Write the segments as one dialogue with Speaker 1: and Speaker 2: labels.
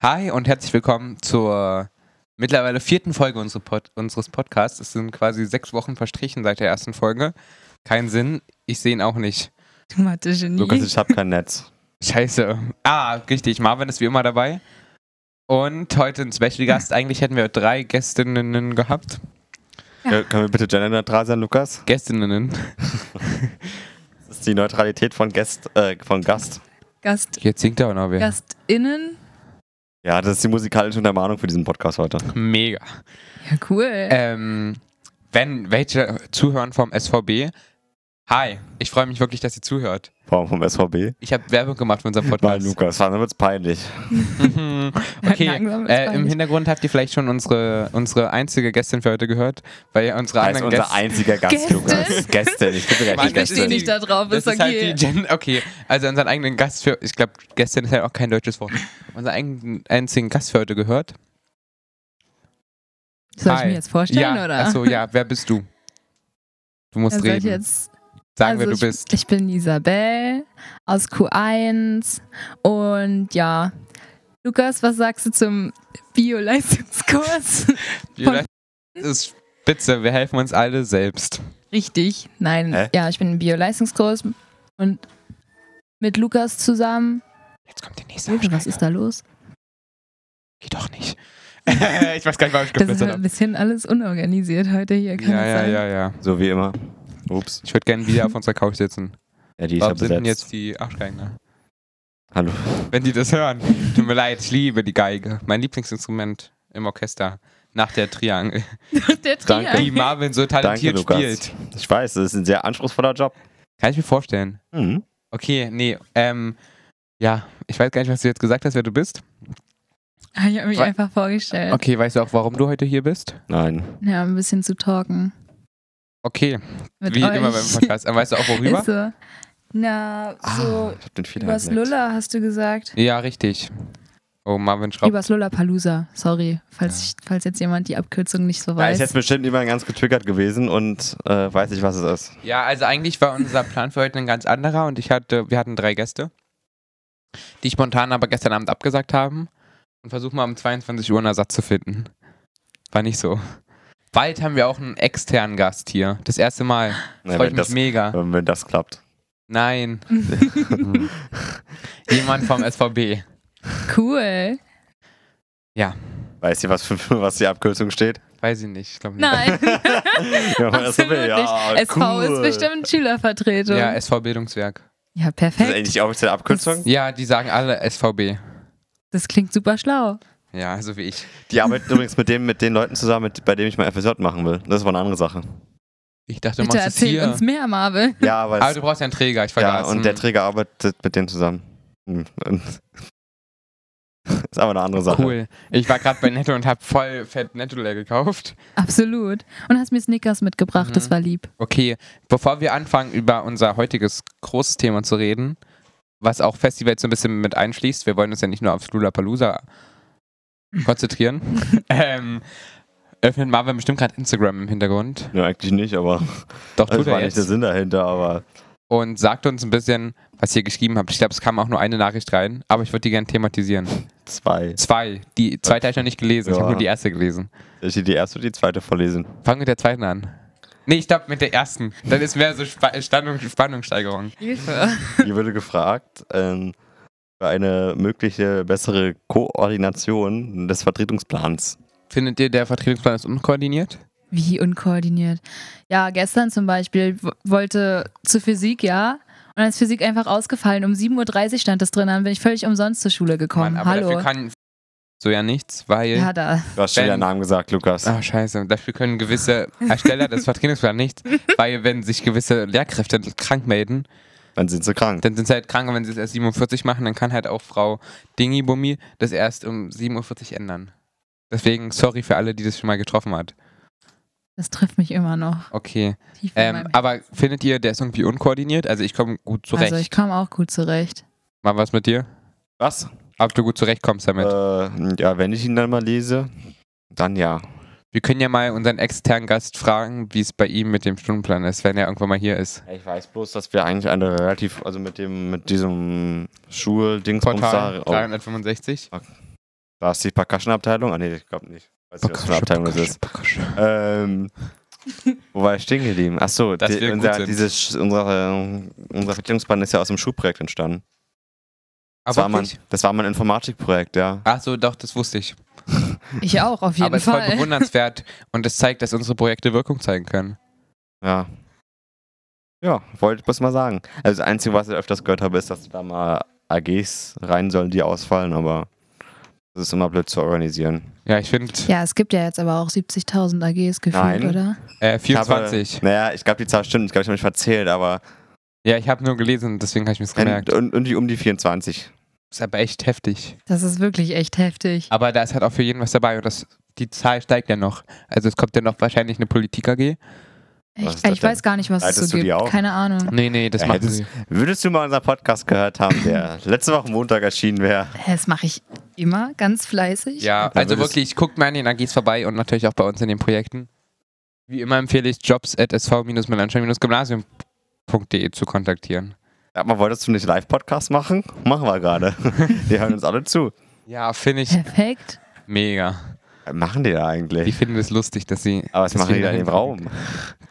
Speaker 1: Hi und herzlich willkommen zur mittlerweile vierten Folge unsere Pod unseres Podcasts. Es sind quasi sechs Wochen verstrichen seit der ersten Folge. Kein Sinn, ich sehe ihn auch nicht.
Speaker 2: Du Mathe-Genie.
Speaker 3: Lukas, ich habe kein Netz.
Speaker 1: Scheiße. Ah, richtig, Marvin ist wie immer dabei. Und heute ein Special Gast. Eigentlich hätten wir drei Gästinnen gehabt.
Speaker 3: Äh, Können wir bitte genderneutral sein, Lukas?
Speaker 1: Gästinnen.
Speaker 3: Das ist die Neutralität von Gast, äh, von Gast.
Speaker 2: Gast,
Speaker 1: Jetzt singt er auch noch wer.
Speaker 2: GastInnen.
Speaker 3: Ja, das ist die musikalische Untermahnung für diesen Podcast heute.
Speaker 1: Mega.
Speaker 2: Ja, cool.
Speaker 1: Ähm, wenn welche zuhören vom SVB, hi, ich freue mich wirklich, dass ihr zuhört.
Speaker 3: Vom, vom SVB.
Speaker 1: Ich habe Werbung gemacht für unseren
Speaker 3: Weil
Speaker 1: Podcast.
Speaker 3: Lukas, dann wird's peinlich.
Speaker 1: Mhm. okay,
Speaker 2: Langsam ist
Speaker 1: äh, im
Speaker 2: peinlich.
Speaker 1: Hintergrund habt ihr vielleicht schon unsere, unsere einzige Gästin für heute gehört, weil unsere
Speaker 3: Er ist
Speaker 1: anderen
Speaker 3: unser
Speaker 1: Gäste.
Speaker 3: einziger Gast,
Speaker 2: Gäste?
Speaker 3: Lukas. Gäste, ich bin
Speaker 1: Mann,
Speaker 3: gleich
Speaker 1: das
Speaker 2: ich verstehe
Speaker 1: ist die-
Speaker 2: nicht da drauf,
Speaker 1: Das
Speaker 2: ist
Speaker 1: ist halt
Speaker 2: okay.
Speaker 1: die Gen okay, also unseren eigenen Gast für, ich glaube, Gästin ist halt auch kein deutsches Wort. Unseren eigenen, einzigen Gast für heute gehört.
Speaker 2: soll ich
Speaker 1: Hi.
Speaker 2: mir jetzt vorstellen,
Speaker 1: ja,
Speaker 2: oder?
Speaker 1: Achso, ja, wer bist du? Du musst
Speaker 2: Ja, soll ich
Speaker 1: reden.
Speaker 2: jetzt,
Speaker 1: Sagen
Speaker 2: also
Speaker 1: wir, du
Speaker 2: ich,
Speaker 1: bist.
Speaker 2: Ich bin Isabel aus Q1 und ja. Lukas, was sagst du zum Bio-Leistungskurs?
Speaker 1: Vielleicht ist spitze, wir helfen uns alle selbst.
Speaker 2: Richtig. Nein,
Speaker 3: Hä?
Speaker 2: ja, ich bin im Bio-Leistungskurs und mit Lukas zusammen.
Speaker 1: Jetzt kommt die nächste
Speaker 2: Lukas, was ist da los?
Speaker 1: Geht doch nicht. ich weiß gar nicht, warum ich
Speaker 2: Das ist halt
Speaker 1: geflüstert
Speaker 2: ein
Speaker 1: habe.
Speaker 2: bisschen alles unorganisiert heute hier. Kann
Speaker 1: Ja,
Speaker 2: das
Speaker 1: ja,
Speaker 2: sein?
Speaker 1: ja, ja.
Speaker 3: So wie immer. Ups.
Speaker 1: Ich würde gerne wieder auf unserer Couch sitzen.
Speaker 3: Ja, die ist ja
Speaker 1: Warum sind
Speaker 3: besetzt.
Speaker 1: denn jetzt die Arschgeigen?
Speaker 3: Hallo.
Speaker 1: Wenn die das hören, tut mir leid, ich liebe die Geige. Mein Lieblingsinstrument im Orchester nach der Triangel. Die
Speaker 2: Der
Speaker 3: Danke.
Speaker 2: Triangel.
Speaker 1: Marvin so
Speaker 3: Danke,
Speaker 1: talentiert
Speaker 3: Lukas.
Speaker 1: spielt.
Speaker 3: Ich weiß, das ist ein sehr anspruchsvoller Job.
Speaker 1: Kann ich mir vorstellen.
Speaker 3: Mhm.
Speaker 1: Okay, nee, ähm, ja, ich weiß gar nicht, was du jetzt gesagt hast, wer du bist.
Speaker 2: Ah, Ich habe mich
Speaker 1: Wa-
Speaker 2: einfach vorgestellt.
Speaker 1: Okay, weißt du auch, warum du heute hier bist?
Speaker 3: Nein.
Speaker 2: Ja, ein bisschen zu talken.
Speaker 1: Okay,
Speaker 2: Mit
Speaker 1: wie
Speaker 2: euch.
Speaker 1: immer beim Podcast. Aber weißt du auch, worüber?
Speaker 2: Ist so. Na, so
Speaker 3: Ah, ich hab den Fehler
Speaker 2: übers
Speaker 3: entdeckt.
Speaker 2: Lulla hast du gesagt.
Speaker 1: halt Ja, richtig. Oh, Marvin schraubt.
Speaker 2: Übers Lullapalooza, sorry, falls, ich, falls jetzt jemand die Abkürzung nicht so
Speaker 3: Da ist
Speaker 2: weiß.
Speaker 3: jetzt bestimmt jemand ganz getriggert gewesen und äh, weiß nicht, was es ist.
Speaker 1: Ja, also eigentlich war unser Plan für heute ein ganz anderer und ich hatte, wir hatten drei Gäste, die spontan aber gestern Abend abgesagt haben und versuchen mal um 22 Uhr einen Ersatz zu finden. War nicht so. Bald haben wir auch einen externen Gast hier. Das erste Mal.
Speaker 3: Ja,
Speaker 1: Freut
Speaker 3: wenn,
Speaker 1: mich
Speaker 3: das,
Speaker 1: mega.
Speaker 3: wenn wenn das klappt.
Speaker 1: Nein. Jemand vom SVB.
Speaker 2: cool.
Speaker 3: Weißt du, was, für, was die Abkürzung steht?
Speaker 1: Weiß ich nicht. Ich glaube nicht.
Speaker 2: Nein,
Speaker 3: Ja, aber das-
Speaker 2: absolut
Speaker 3: ja,
Speaker 2: nicht. SV
Speaker 3: cool.
Speaker 2: ist bestimmt Schülervertretung.
Speaker 1: Ja,
Speaker 2: Ja,
Speaker 1: SV Bildungswerk.
Speaker 3: Das ist
Speaker 2: perfekt.
Speaker 3: eigentlich auch eine Abkürzung.
Speaker 1: Ja, die sagen alle SVB.
Speaker 2: Das klingt super schlau.
Speaker 1: Ja, so wie ich.
Speaker 3: Die arbeiten übrigens mit dem, mit den Leuten zusammen, mit, bei denen ich mal FSJ machen will. Das war eine andere Sache.
Speaker 1: Ich dachte, du
Speaker 2: Bitte
Speaker 1: machst es
Speaker 2: erzähl
Speaker 1: hier.
Speaker 2: uns mehr, Marvel.
Speaker 3: Ja, aber,
Speaker 1: Aber
Speaker 3: es,
Speaker 1: du brauchst ja einen Träger, ich
Speaker 3: ja,
Speaker 1: vergaß.
Speaker 3: und der Träger arbeitet mit denen zusammen. Hm, und- ist aber eine andere Sache.
Speaker 1: Cool. Ich war gerade bei Netto und habe voll fett Netto leer gekauft.
Speaker 2: Absolut. Und hast mir Snickers mitgebracht,
Speaker 1: Mhm.
Speaker 2: das war lieb.
Speaker 1: Okay, bevor wir anfangen, über unser heutiges großes Thema zu reden, was auch Festivals so ein bisschen mit einschließt, wir wollen uns ja nicht nur auf Lollapalooza konzentrieren, ähm, öffnet Marvin bestimmt gerade Instagram im Hintergrund.
Speaker 3: Ja, eigentlich nicht, aber
Speaker 1: Doch,
Speaker 3: das
Speaker 1: tut
Speaker 3: war
Speaker 1: er
Speaker 3: nicht der
Speaker 1: jetzt.
Speaker 3: Sinn dahinter, aber
Speaker 1: Und sagt uns ein bisschen, was ihr geschrieben habt. Ich glaube, es kam auch nur eine Nachricht rein, aber ich würde die gerne thematisieren.
Speaker 3: zwei.
Speaker 1: Zwei. Die zweite habe ich noch nicht gelesen, ich habe
Speaker 3: Ja.
Speaker 1: nur die erste gelesen.
Speaker 3: Soll ich dir die erste und die zweite vorlesen?
Speaker 1: Fang mit der zweiten an. Nee, ich glaube mit der ersten. Dann ist mehr so Spa Spannung, Spannungssteigerung.
Speaker 2: Hilfe.
Speaker 3: Hier wurde gefragt, ähm, für eine mögliche bessere Koordination des Vertretungsplans.
Speaker 1: Findet ihr, der Vertretungsplan ist unkoordiniert?
Speaker 2: Wie unkoordiniert. Ja, gestern zum Beispiel w- wollte zu Physik, ja. Und dann ist Physik einfach ausgefallen. Um 7.30 Uhr stand das drin, dann bin ich völlig umsonst zur Schule gekommen.
Speaker 1: Mann, aber
Speaker 2: Hallo.
Speaker 1: dafür kann so ja nichts, weil.
Speaker 2: ja, da.
Speaker 3: Du hast schon
Speaker 1: Ben.
Speaker 3: den Namen gesagt, Lukas.
Speaker 1: Ah, scheiße. Dafür können gewisse Ersteller des Vertretungsplans nichts, weil wenn sich gewisse Lehrkräfte krank melden,
Speaker 3: Dann sind sie krank.
Speaker 1: dann sind sie halt krank und wenn sie es erst 47 machen, dann kann halt auch Frau Dingibumi das erst um 47 ändern. Deswegen sorry für alle, die das schon mal getroffen hat.
Speaker 2: Das trifft mich immer noch.
Speaker 1: Okay.
Speaker 2: Tief in
Speaker 1: Ähm,
Speaker 2: meinem-
Speaker 1: aber findet ihr, der ist irgendwie unkoordiniert? Also ich komme gut zurecht.
Speaker 2: Also ich komme auch gut zurecht.
Speaker 1: mal was mit dir?
Speaker 3: Was?
Speaker 1: Ob du gut zurechtkommst
Speaker 3: Äh,
Speaker 1: damit.
Speaker 3: ja, wenn ich ihn dann mal lese, dann ja.
Speaker 1: Wir können ja mal unseren externen Gast fragen, wie es bei ihm mit dem Stundenplan ist, wenn er irgendwann mal hier ist.
Speaker 3: Ich weiß bloß, dass wir eigentlich eine relativ, also mit dem, mit diesem Schuldingsbums
Speaker 1: Portal
Speaker 3: da, oh,
Speaker 1: 365.
Speaker 3: Da ist die Percussion-Abteilung. Ah, nee, ich glaube nicht. Weiß nicht, was für eine Abteilung das ist. Ähm, wo war ich stehen geblieben? Achso,
Speaker 1: Dass wir
Speaker 3: die,
Speaker 1: gut
Speaker 3: unser,
Speaker 1: sind.
Speaker 3: dieses, unsere, unser Verpflichtungsplan ist ja aus dem Schulprojekt entstanden. Das war,
Speaker 1: Aber
Speaker 3: mein,
Speaker 1: Ah, wirklich?
Speaker 3: das war mein Informatikprojekt, ja.
Speaker 1: Ach so, doch, das wusste ich.
Speaker 2: Ich auch, auf jeden
Speaker 1: Aber es ist voll
Speaker 2: Fall.
Speaker 1: bewundernswert und es zeigt, dass unsere Projekte Wirkung zeigen können.
Speaker 3: Ja. Ja, wollte ich bloß mal sagen. Also das Einzige, was ich öfters gehört habe, ist, dass da mal AGs rein sollen, die ausfallen, aber das ist immer blöd zu organisieren.
Speaker 1: Ja, ich äh, finde
Speaker 2: ja, es gibt ja jetzt aber auch 70.000 AGs gefühlt,
Speaker 3: Nein.
Speaker 2: oder?
Speaker 1: äh,
Speaker 3: Ich habe-
Speaker 1: 24.
Speaker 3: Naja, ich glaube, die Zahl stimmt. Ich glaube, ich habe mich verzählt, aber
Speaker 1: ja, ich habe nur gelesen, deswegen habe ich mir das gemerkt.
Speaker 3: und, und, und die um die 24.
Speaker 1: ist aber echt heftig.
Speaker 2: Das ist wirklich echt heftig.
Speaker 1: Aber da ist halt auch für jeden was dabei und das, die Zahl steigt ja noch. Also es kommt ja noch wahrscheinlich eine Politik-AG.
Speaker 3: was
Speaker 2: Ich,
Speaker 3: ist das
Speaker 2: ich weiß
Speaker 3: denn?
Speaker 2: gar nicht, was es
Speaker 3: Leitest
Speaker 2: so
Speaker 3: du die
Speaker 2: gibt.
Speaker 3: auch?
Speaker 2: Keine Ahnung.
Speaker 1: Nee, nee, das
Speaker 3: Ja,
Speaker 1: machen
Speaker 3: hättest-
Speaker 1: sie.
Speaker 3: Würdest du mal unseren Podcast gehört haben, der letzte Woche Montag erschienen wäre?
Speaker 2: Hä, Das mache ich immer ganz fleißig.
Speaker 1: Ja,
Speaker 3: Da
Speaker 1: also
Speaker 3: würdest-
Speaker 1: wirklich, guckt mal an den AGs vorbei und natürlich auch bei uns in den Projekten. Wie immer empfehle ich jobs at sv-melanchthon-gymnasium.de zu kontaktieren.
Speaker 3: Sag mal, wolltest du nicht Live-Podcast machen? Machen wir gerade. die hören uns alle zu.
Speaker 1: Ja, finde ich
Speaker 2: Perfekt.
Speaker 1: mega.
Speaker 3: Was machen die da
Speaker 1: Die
Speaker 3: eigentlich?
Speaker 1: finden es lustig, dass sie.
Speaker 3: Aber was
Speaker 1: dass
Speaker 3: machen
Speaker 1: wir
Speaker 3: die da in dem
Speaker 1: dahin-
Speaker 3: Raum?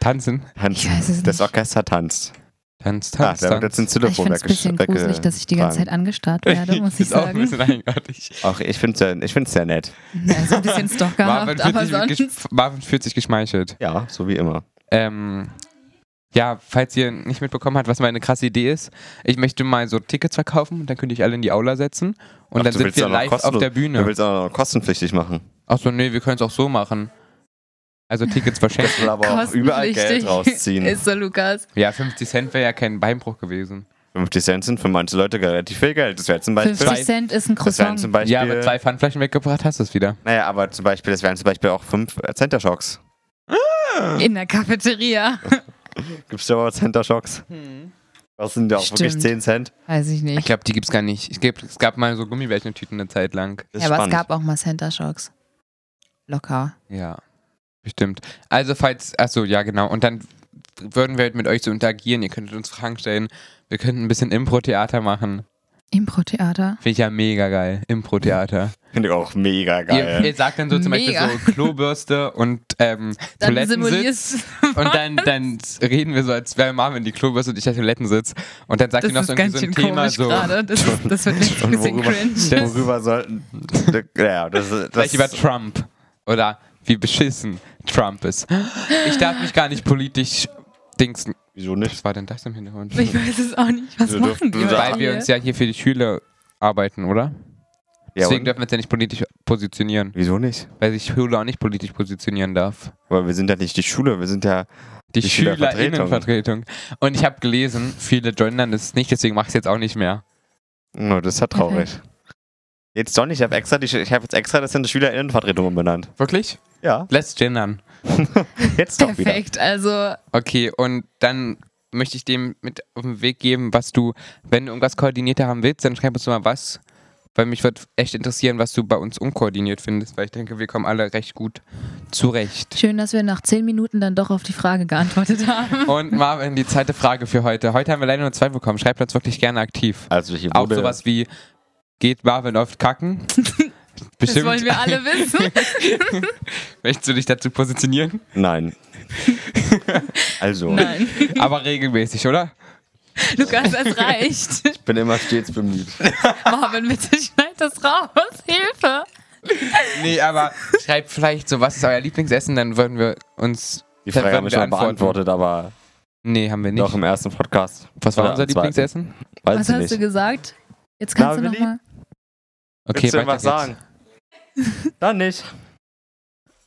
Speaker 1: Tanzen.
Speaker 3: Tanzen.
Speaker 2: Ich weiß es
Speaker 3: das
Speaker 2: nicht.
Speaker 3: Orchester tanzt.
Speaker 1: Tanz,
Speaker 3: Ah,
Speaker 1: tanz,
Speaker 3: da wird jetzt ein
Speaker 1: tanz.
Speaker 2: Also Ich
Speaker 3: Telefon
Speaker 2: finde es ein bisschen
Speaker 3: weggesch-
Speaker 2: gruselig, dass ich die ganze Zeit
Speaker 3: weggetragen.
Speaker 2: angestarrt werde, muss ich
Speaker 1: ist auch ein
Speaker 2: sagen.
Speaker 1: bisschen eigenartig.
Speaker 3: Ach, ich finde es ja, sehr nett.
Speaker 2: Ja, so ein bisschen stalkerhaft, aber
Speaker 1: fühlt sich,
Speaker 2: sonst.
Speaker 1: gesch- Marvin fühlt sich geschmeichelt.
Speaker 3: Ja, so wie immer.
Speaker 1: Ähm, ja, falls ihr nicht mitbekommen habt, was meine krasse Idee ist, ich möchte mal so Tickets verkaufen und dann könnte ich alle in die Aula setzen und
Speaker 3: Ach,
Speaker 1: dann
Speaker 3: du
Speaker 1: sind
Speaker 3: willst
Speaker 1: wir
Speaker 3: auch noch
Speaker 1: live auf
Speaker 3: kostenlos-
Speaker 1: der
Speaker 3: Du
Speaker 1: Bühne.
Speaker 3: willst auch noch kostenpflichtig machen.
Speaker 1: Achso, nee, wir können es auch so machen. Also Tickets
Speaker 3: Ich will
Speaker 1: verschenken.
Speaker 3: aber auch überall Geld
Speaker 2: Kostenpflichtig.
Speaker 3: rausziehen.
Speaker 2: Ist so, Lukas.
Speaker 1: ja, 50 Cent wäre ja kein Beinbruch gewesen.
Speaker 3: 50 Cent sind für manche Leute relativ viel Geld. Das wäre zum Beispiel.
Speaker 2: 50 Cent ist ein
Speaker 3: Das wären
Speaker 2: Croissant.
Speaker 3: zum Beispiel
Speaker 1: ja, aber zwei Pfandflaschen weggebracht hast du es wieder.
Speaker 3: Naja, aber zum Beispiel, das wären zum Beispiel auch äh, 5 Center Shocks.
Speaker 2: In der Cafeteria.
Speaker 3: Gibt's da überhaupt Center Shocks?
Speaker 1: Hm.
Speaker 3: Das sind ja auch wirklich
Speaker 2: Stimmt.
Speaker 3: 10 Cent.
Speaker 2: Weiß ich
Speaker 1: Ich
Speaker 2: nicht.
Speaker 1: glaube, die gibt's gar nicht. Ich glaub, es gab mal so Gummibärchentüten eine Zeit lang.
Speaker 3: Das
Speaker 2: Ja,
Speaker 3: ist
Speaker 2: aber es
Speaker 3: spannend.
Speaker 2: gab auch mal Center Shocks. Locker.
Speaker 1: Ja, bestimmt. Also falls, achso, ja genau. Und dann würden wir halt mit euch so interagieren. Ihr könntet uns Fragen stellen. Wir könnten ein bisschen Impro-Theater machen.
Speaker 2: Impro-Theater.
Speaker 1: Finde ich ja mega geil. Impro-Theater.
Speaker 3: Finde ich auch mega
Speaker 1: Ihr,
Speaker 3: geil.
Speaker 1: ihr sagt dann so zum
Speaker 2: Mega.
Speaker 1: Beispiel so Klobürste und ähm,
Speaker 2: Dann
Speaker 1: Toilettensitz.
Speaker 2: simulierst
Speaker 1: Und dann, dann reden wir so, als wäre Marvin die Klobürste und ich der Toilettensitz. Und dann sagt
Speaker 2: Das
Speaker 1: ihr noch
Speaker 2: ist
Speaker 1: so irgendwie
Speaker 2: ganz
Speaker 1: so ein
Speaker 2: schön
Speaker 1: Thema
Speaker 2: komisch
Speaker 1: so.
Speaker 2: gerade. Das, ist- das wird jetzt ein
Speaker 3: Und
Speaker 2: bisschen
Speaker 3: worüber,
Speaker 2: cringe.
Speaker 3: worüber sollten. Ja, das, ist- das
Speaker 1: Vielleicht über Trump. Oder wie beschissen Trump ist. Ich darf mich gar nicht politisch dingsen.
Speaker 3: Wieso nicht?
Speaker 1: Was war denn das im Hintergrund?
Speaker 2: Ich weiß es auch nicht. Was
Speaker 3: Wir
Speaker 2: machen
Speaker 3: dürfen
Speaker 2: die
Speaker 3: sagen-
Speaker 1: Weil wir uns ja hier für die Schüler arbeiten, oder?
Speaker 3: Ja,
Speaker 1: Deswegen
Speaker 3: und?
Speaker 1: dürfen wir uns ja nicht politisch positionieren,
Speaker 3: Wieso nicht?
Speaker 1: weil sich Schüler auch nicht politisch positionieren darf.
Speaker 3: Weil wir sind ja nicht die Schule, wir sind ja.
Speaker 1: Die,
Speaker 3: Die Schülervertretung.
Speaker 1: Schülerinnenvertretung. Und ich habe gelesen, viele gendern das nicht, deswegen mache ich es jetzt auch nicht mehr.
Speaker 3: No, das ist ja traurig. Jetzt doch nicht, ich habe extra, die Schü- ich hab jetzt extra das in die Schülerinnenvertretung umbenannt.
Speaker 1: Wirklich?
Speaker 3: Ja,
Speaker 1: Let's gendern.
Speaker 3: jetzt doch wieder.
Speaker 2: Perfekt. Also,
Speaker 1: Okay, und dann möchte ich dem mit auf den Weg geben, was du, wenn du irgendwas koordinierter haben willst, dann schreib uns mal was. Weil mich würde echt interessieren, was du bei uns unkoordiniert findest, weil ich denke, wir kommen alle recht gut zurecht.
Speaker 2: schön, dass wir nach zehn Minuten dann doch auf die Frage geantwortet haben.
Speaker 1: Und Marvin, die zweite Frage für heute. Heute haben wir leider nur zwei bekommen. Schreibt uns wirklich gerne aktiv.
Speaker 3: Also hier
Speaker 1: Auch
Speaker 3: wurde,
Speaker 1: sowas wie, geht Marvin oft kacken?
Speaker 2: Das wollen wir alle wissen.
Speaker 1: Möchtest du dich dazu positionieren?
Speaker 3: Nein. also,
Speaker 2: Nein.
Speaker 1: Aber regelmäßig, oder?
Speaker 2: Lukas, es reicht.
Speaker 3: ich bin immer stets bemüht.
Speaker 2: Marvin, bitte schneid das raus. Hilfe.
Speaker 1: Nee, aber schreibt vielleicht so, was ist euer Lieblingsessen? Dann würden wir uns...
Speaker 3: Die Frage
Speaker 1: dann
Speaker 3: haben wir
Speaker 1: würden
Speaker 3: schon
Speaker 1: antworten.
Speaker 3: beantwortet, aber
Speaker 1: Nee, haben wir nicht.
Speaker 3: noch im ersten Podcast.
Speaker 1: Was war
Speaker 3: Oder
Speaker 1: unser
Speaker 3: am zweiten.
Speaker 1: Lieblingsessen?
Speaker 3: Weiß
Speaker 2: Was
Speaker 3: ich
Speaker 2: hast
Speaker 3: nicht.
Speaker 2: du gesagt? Jetzt kannst du
Speaker 3: Marvin,
Speaker 2: nochmal.
Speaker 1: Okay,
Speaker 3: Willst du
Speaker 1: weiter geht's.
Speaker 3: was sagen? Dann nicht.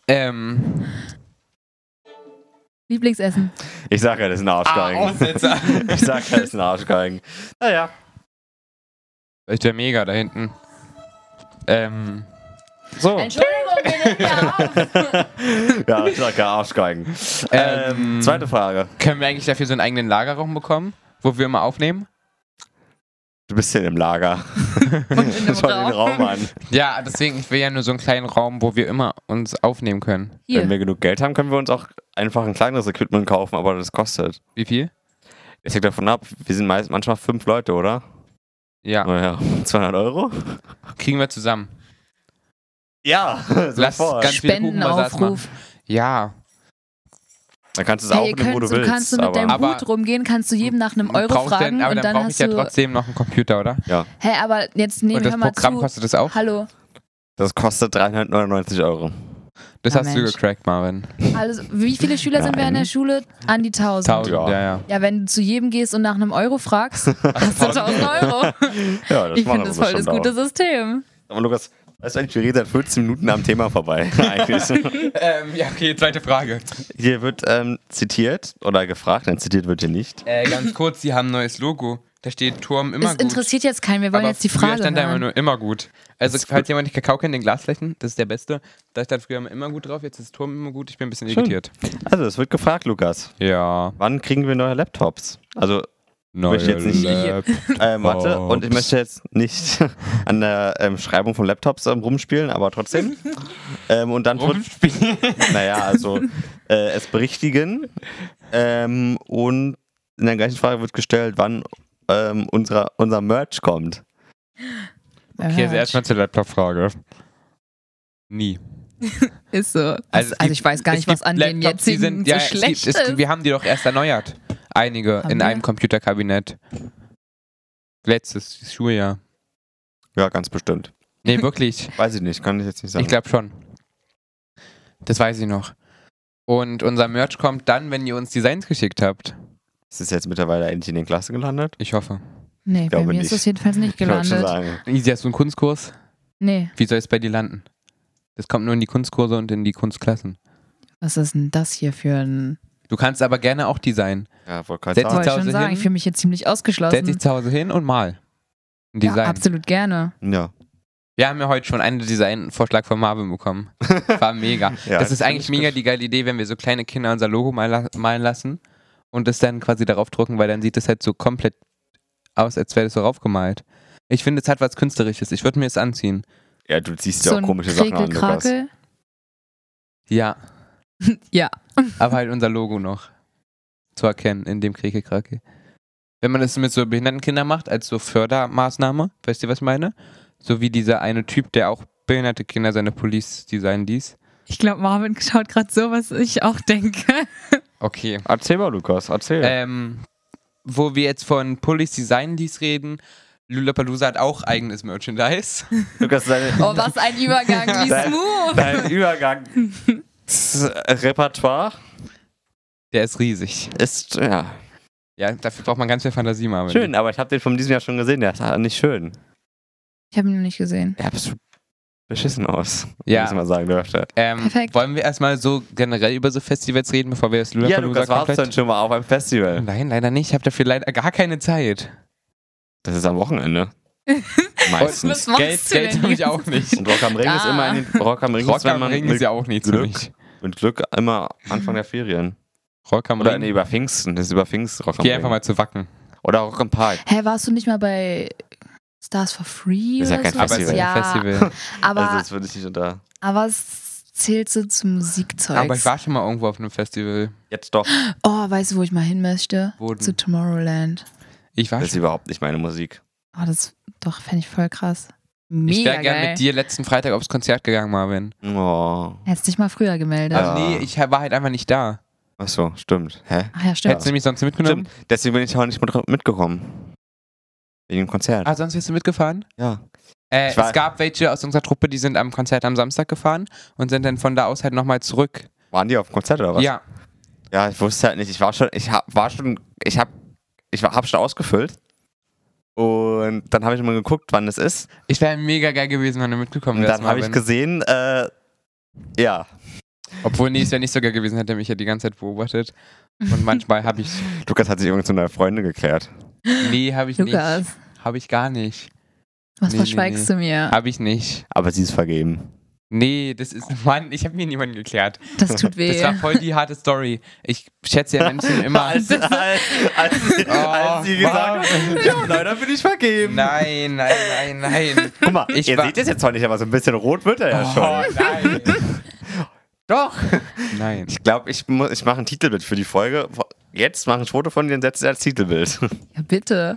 Speaker 1: Ähm,
Speaker 2: Lieblingsessen.
Speaker 3: Ich sag ja, das ist ein
Speaker 1: ah,
Speaker 3: Arschgeigen.
Speaker 1: Aussetzer.
Speaker 3: ich sag ja, das ist ein Arschgeigen. Naja.
Speaker 1: Ist der mega da hinten. Ähm,
Speaker 3: So.
Speaker 2: Entschuldigung, wir nehmen ja auf.
Speaker 3: ja, ich sag ja Arschgeigen. Ähm,
Speaker 1: Ähm,
Speaker 3: zweite Frage.
Speaker 1: können wir eigentlich dafür so einen eigenen Lagerraum bekommen, wo wir immer aufnehmen?
Speaker 3: Du bist hier im Lager.
Speaker 2: Und in einem
Speaker 3: Schau dir den
Speaker 2: Raum.
Speaker 3: Raum an.
Speaker 1: Ja, deswegen, ich will ja nur so einen kleinen Raum, wo wir immer uns aufnehmen können.
Speaker 2: Hier.
Speaker 3: Wenn wir genug Geld haben, können wir uns auch einfach ein kleineres Equipment kaufen, aber das kostet.
Speaker 1: Wie viel?
Speaker 3: Das hängt davon ab, wir sind meist, manchmal fünf Leute, oder?
Speaker 1: Ja,
Speaker 3: Naja, 200 Euro?
Speaker 1: kriegen wir zusammen.
Speaker 3: Ja,
Speaker 1: Lass
Speaker 3: sofort.
Speaker 1: ganz viel Kuchenversatz machen.
Speaker 2: Spendenaufruf.
Speaker 1: Ja,
Speaker 3: Dann kannst du es auch
Speaker 2: Hey, ihr
Speaker 3: nehmen, wo
Speaker 2: könnt,
Speaker 3: du
Speaker 2: du
Speaker 3: willst.
Speaker 2: kannst du mit deinem
Speaker 1: aber-
Speaker 2: Hut rumgehen, kannst du jedem nach einem Euro
Speaker 1: Brauchst
Speaker 2: fragen
Speaker 1: denn, aber
Speaker 2: und
Speaker 1: dann
Speaker 2: dann
Speaker 1: brauche ich
Speaker 2: hast du.
Speaker 1: ja trotzdem noch einen Computer, oder?
Speaker 2: Hä, aber jetzt nehmen
Speaker 1: und
Speaker 2: wir
Speaker 1: das
Speaker 2: mal
Speaker 1: Programm
Speaker 2: zu.
Speaker 1: kostet das auch?
Speaker 2: Hallo.
Speaker 3: das kostet 399 Euro.
Speaker 1: Das
Speaker 2: Na,
Speaker 1: hast
Speaker 2: Mensch.
Speaker 1: du gecrackt, Marvin.
Speaker 2: Also, wie viele Schüler sind wir in der
Speaker 3: Nein.
Speaker 2: Schule? An die 1000.
Speaker 1: 1000,
Speaker 3: Ja.
Speaker 1: ja, ja.
Speaker 2: Ja, wenn du zu jedem gehst und nach einem Euro fragst, hast du 1000 Euro.
Speaker 3: Ja, das
Speaker 2: Ich
Speaker 3: machen
Speaker 2: finde das
Speaker 3: wir
Speaker 2: voll
Speaker 3: schon
Speaker 2: das gute System.
Speaker 3: Aber Lukas, weißt du eigentlich, wir reden seit 15 Minuten am Thema vorbei. eigentlich.
Speaker 1: Ähm, ja, okay, zweite Frage.
Speaker 3: Hier wird ähm, zitiert oder gefragt, denn zitiert wird hier nicht.
Speaker 1: Äh, ganz kurz, sie haben ein neues Logo. Da steht Turm immer
Speaker 2: Es
Speaker 1: gut.
Speaker 2: interessiert jetzt keinen, wir wollen
Speaker 1: aber
Speaker 2: jetzt die
Speaker 1: früher
Speaker 2: Frage
Speaker 1: stand da immer
Speaker 2: hören.
Speaker 1: nur immer gut. Also,
Speaker 3: ist
Speaker 1: falls
Speaker 3: gut.
Speaker 1: jemand nicht Kakao kennt, den Glasflächen, das ist der beste. Da stand früher immer gut drauf, jetzt ist Turm immer gut. Ich bin ein bisschen
Speaker 3: Schön.
Speaker 1: irritiert.
Speaker 3: Also, es wird gefragt, Lukas,
Speaker 1: Ja.
Speaker 3: wann kriegen wir neue Laptops? Also,
Speaker 1: Neue
Speaker 3: Möchte jetzt nicht- ähm, warte, und ich möchte jetzt nicht an der ähm, Schreibung von Laptops ähm, rumspielen, aber trotzdem. ähm, und dann wird-
Speaker 1: Rumspielen.
Speaker 3: Naja, also äh, es berichtigen. Ähm, und in der gleichen Frage wird gestellt, wann ähm, unser, unser Merch kommt.
Speaker 1: Okay, also erstmal zur Laptop-Frage. Nie.
Speaker 2: Ist so. Also,
Speaker 1: es
Speaker 2: also
Speaker 1: gibt-
Speaker 2: ich weiß gar
Speaker 1: es
Speaker 2: nicht, was
Speaker 1: gibt
Speaker 2: an den
Speaker 1: Laptops, die
Speaker 2: jetzigen
Speaker 1: sind, ja,
Speaker 2: so
Speaker 1: es
Speaker 2: schlecht
Speaker 1: gibt, es,
Speaker 2: ist.
Speaker 1: Wir haben die doch erst erneuert. Einige
Speaker 2: Haben
Speaker 1: in
Speaker 2: wir?
Speaker 1: einem Computerkabinett. Letztes Schuljahr.
Speaker 3: Ja, ganz bestimmt.
Speaker 1: Nee, wirklich.
Speaker 3: Weiß ich nicht, kann ich jetzt nicht sagen.
Speaker 1: Ich glaube schon. Das weiß ich noch. Und unser Merch kommt dann, wenn ihr uns Designs geschickt habt.
Speaker 3: es ist jetzt mittlerweile endlich in den Klassen gelandet.
Speaker 1: Ich hoffe.
Speaker 2: Nee, bei
Speaker 3: glaube
Speaker 2: mir ist
Speaker 3: nicht.
Speaker 2: es jedenfalls nicht
Speaker 3: Ich wollte schon
Speaker 2: gelandet.
Speaker 3: sagen.
Speaker 1: Easy, hast du einen Kunstkurs?
Speaker 2: Nee,
Speaker 1: Wie soll es bei dir landen? Das kommt nur in die Kunstkurse und in die Kunstklassen.
Speaker 2: was ist denn das hier für ein.
Speaker 1: Du kannst aber gerne auch designen.
Speaker 3: Ja, wollte gerade
Speaker 1: Setz
Speaker 3: sagen.
Speaker 2: Wollte ich schon
Speaker 1: Hause
Speaker 2: sagen,
Speaker 1: hin?
Speaker 2: ich fühle mich hier ziemlich
Speaker 1: Setz dich
Speaker 2: ausgeschlossen.
Speaker 1: zu Hause hin und mal. Ein
Speaker 2: Ja,
Speaker 1: Design.
Speaker 2: absolut gerne.
Speaker 3: Ja.
Speaker 1: Wir haben ja heute schon einen Designvorschlag von Marvin bekommen. War mega.
Speaker 3: Ja,
Speaker 1: das
Speaker 3: das
Speaker 1: ist
Speaker 3: find
Speaker 1: eigentlich
Speaker 3: ich
Speaker 1: mega
Speaker 3: gut.
Speaker 1: die geile Idee, wenn wir so kleine Kinder unser Logo mal la- malen lassen und das dann quasi darauf drucken, weil dann sieht das halt so komplett aus, als wäre das so raufgemalt. Ich finde, es hat was Künstlerisches. Ich würde mir es anziehen.
Speaker 3: ja, du ziehst ja
Speaker 2: so
Speaker 3: auch
Speaker 2: ein
Speaker 3: komische Sachen an, Lukas.
Speaker 2: Krekelkrakel.
Speaker 1: Ja,
Speaker 2: Ja.
Speaker 1: aber halt unser Logo noch zu erkennen in dem Kriegekrake. Wenn man das mit so behinderten Kindern macht, als so Fördermaßnahme, weißt du, was ich meine? So wie dieser eine Typ, der auch behinderte Kinder seine Police designen ließ.
Speaker 2: Ich glaube, Marvin schaut gerade so, was ich auch denke.
Speaker 1: Okay.
Speaker 3: Erzähl mal, Lukas, erzähl.
Speaker 1: Ähm, wo wir jetzt von Pullis Design Dies reden, Lulapalooza hat auch eigenes Merchandise.
Speaker 3: Lukas, dein,
Speaker 2: Oh, was ein Übergang, wie
Speaker 3: Dein-
Speaker 2: smooth.
Speaker 3: dein Übergang. Das Repertoire
Speaker 1: Der ist riesig.
Speaker 3: ist, ja,
Speaker 1: Ja, dafür braucht man ganz viel Fantasie, Marvin.
Speaker 3: schön, aber ich habe den von diesem Jahr schon gesehen, der sah nicht schön.
Speaker 2: Ich habe ihn noch nicht gesehen.
Speaker 3: Der absolut beschissen aus,
Speaker 1: Ja.
Speaker 3: muss ich mal sagen dürfte.
Speaker 1: Ähm,
Speaker 2: Perfekt.
Speaker 1: Wollen wir erstmal so generell über so Festivals reden, bevor wir das
Speaker 3: Ja,
Speaker 1: Lulapalooza
Speaker 3: Lukas, warst dann
Speaker 1: komplett...
Speaker 3: schon mal auf einem Festival?
Speaker 1: Nein, leider nicht. Ich habe dafür leider gar keine Zeit.
Speaker 3: Das ist am Wochenende.
Speaker 2: Was
Speaker 3: Meistens.
Speaker 2: machst
Speaker 1: Geld
Speaker 2: du
Speaker 1: Geld
Speaker 2: denn
Speaker 1: habe ich
Speaker 2: jetzt?
Speaker 1: auch nicht.
Speaker 3: Und Rock am Ring ist
Speaker 2: Ah.
Speaker 3: immer in den, Rock am Ring
Speaker 1: Rock
Speaker 3: ist, wenn
Speaker 1: am
Speaker 3: man
Speaker 1: Ring
Speaker 3: mit,
Speaker 1: ist ja auch nichts für
Speaker 3: Glück.
Speaker 1: mich.
Speaker 3: mit Glück immer Anfang der Ferien.
Speaker 1: Rock am
Speaker 3: Oder nee,
Speaker 1: Ring.
Speaker 3: über Pfingsten. Das ist über Pfingsten Rock am
Speaker 1: Geh
Speaker 3: Ring.
Speaker 1: einfach mal zu Wacken.
Speaker 3: Oder Rock am Park.
Speaker 2: Hä, warst du nicht mal bei Stars for Free?
Speaker 3: Ist ja
Speaker 2: oder
Speaker 3: kein
Speaker 2: so?
Speaker 1: Aber es ist
Speaker 3: Festival.
Speaker 2: Ja,
Speaker 1: ein Festival.
Speaker 2: Aber,
Speaker 3: also das würde ich nicht unter.
Speaker 2: aber es zählt so zum Musikzeug.
Speaker 1: Aber ich war schon mal irgendwo auf einem Festival.
Speaker 3: Jetzt doch.
Speaker 2: oh, weißt du, wo ich mal hin möchte?
Speaker 1: Wo denn?
Speaker 2: Zu Tomorrowland.
Speaker 1: Ich war
Speaker 3: Das ist
Speaker 1: schon.
Speaker 3: überhaupt nicht meine Musik.
Speaker 2: Oh, das doch, fände ich voll krass. Mega
Speaker 1: Ich wäre gern
Speaker 2: geil.
Speaker 1: mit dir letzten Freitag aufs Konzert gegangen, Marvin.
Speaker 3: Oh.
Speaker 2: Hättest dich mal früher gemeldet.
Speaker 3: Ja.
Speaker 1: Also nee, ich war halt einfach nicht da.
Speaker 3: Achso, stimmt. Hä?
Speaker 2: Ach ja, stimmt.
Speaker 1: Hättest du nämlich sonst mitgenommen?
Speaker 3: Stimmt. Deswegen bin ich auch nicht mit, mitgekommen. Wegen dem Konzert.
Speaker 1: Ah, sonst wärst du mitgefahren?
Speaker 3: Ja.
Speaker 1: Äh,
Speaker 3: Ich war-
Speaker 1: es gab welche aus unserer Truppe, die sind am Konzert am Samstag gefahren und sind dann von da aus halt nochmal zurück.
Speaker 3: Waren die auf dem Konzert oder was?
Speaker 1: Ja,
Speaker 3: Ja, ich wusste halt nicht. Ich war schon, ich hab, war schon, ich hab, ich war, hab schon ausgefüllt. Und dann habe ich mal geguckt, wann es ist.
Speaker 1: ich wäre mega geil gewesen, wenn du mitgekommen
Speaker 3: Und
Speaker 1: wärst.
Speaker 3: dann habe ich
Speaker 1: Marvin.
Speaker 3: gesehen, äh, ja.
Speaker 1: Obwohl, nee, es wäre nicht so geil gewesen, hätte er mich ja die ganze Zeit beobachtet. Und manchmal habe ich,
Speaker 3: Lukas hat sich übrigens zu einer Freundin geklärt.
Speaker 1: nee, habe ich
Speaker 2: Lukas,
Speaker 1: nicht. Habe ich gar nicht.
Speaker 2: was
Speaker 1: Nee, nee,
Speaker 2: verschweigst du mir?
Speaker 1: Habe ich nicht.
Speaker 3: Aber sie ist vergeben.
Speaker 1: Nee, das ist, Mann, ich habe mir niemanden geklärt.
Speaker 2: Das tut weh.
Speaker 1: Das war voll die harte Story. Ich schätze ja Menschen immer.
Speaker 3: als, als, als, sie- als sie
Speaker 1: Oh,
Speaker 3: gesagt hat, ja, leider bin ich vergeben.
Speaker 1: Nein, nein, nein, nein.
Speaker 3: Guck mal,
Speaker 1: Ich
Speaker 3: ihr
Speaker 1: war- Oh,
Speaker 3: seht es jetzt zwar nicht, aber so ein bisschen rot wird er ja schon.
Speaker 1: nein.
Speaker 3: Doch.
Speaker 1: Nein.
Speaker 3: Ich glaube, ich, muss- ich mache ein Titelbild für die Folge. Jetzt mache ich ein Foto von dir und setze es als Titelbild.
Speaker 2: ja, bitte.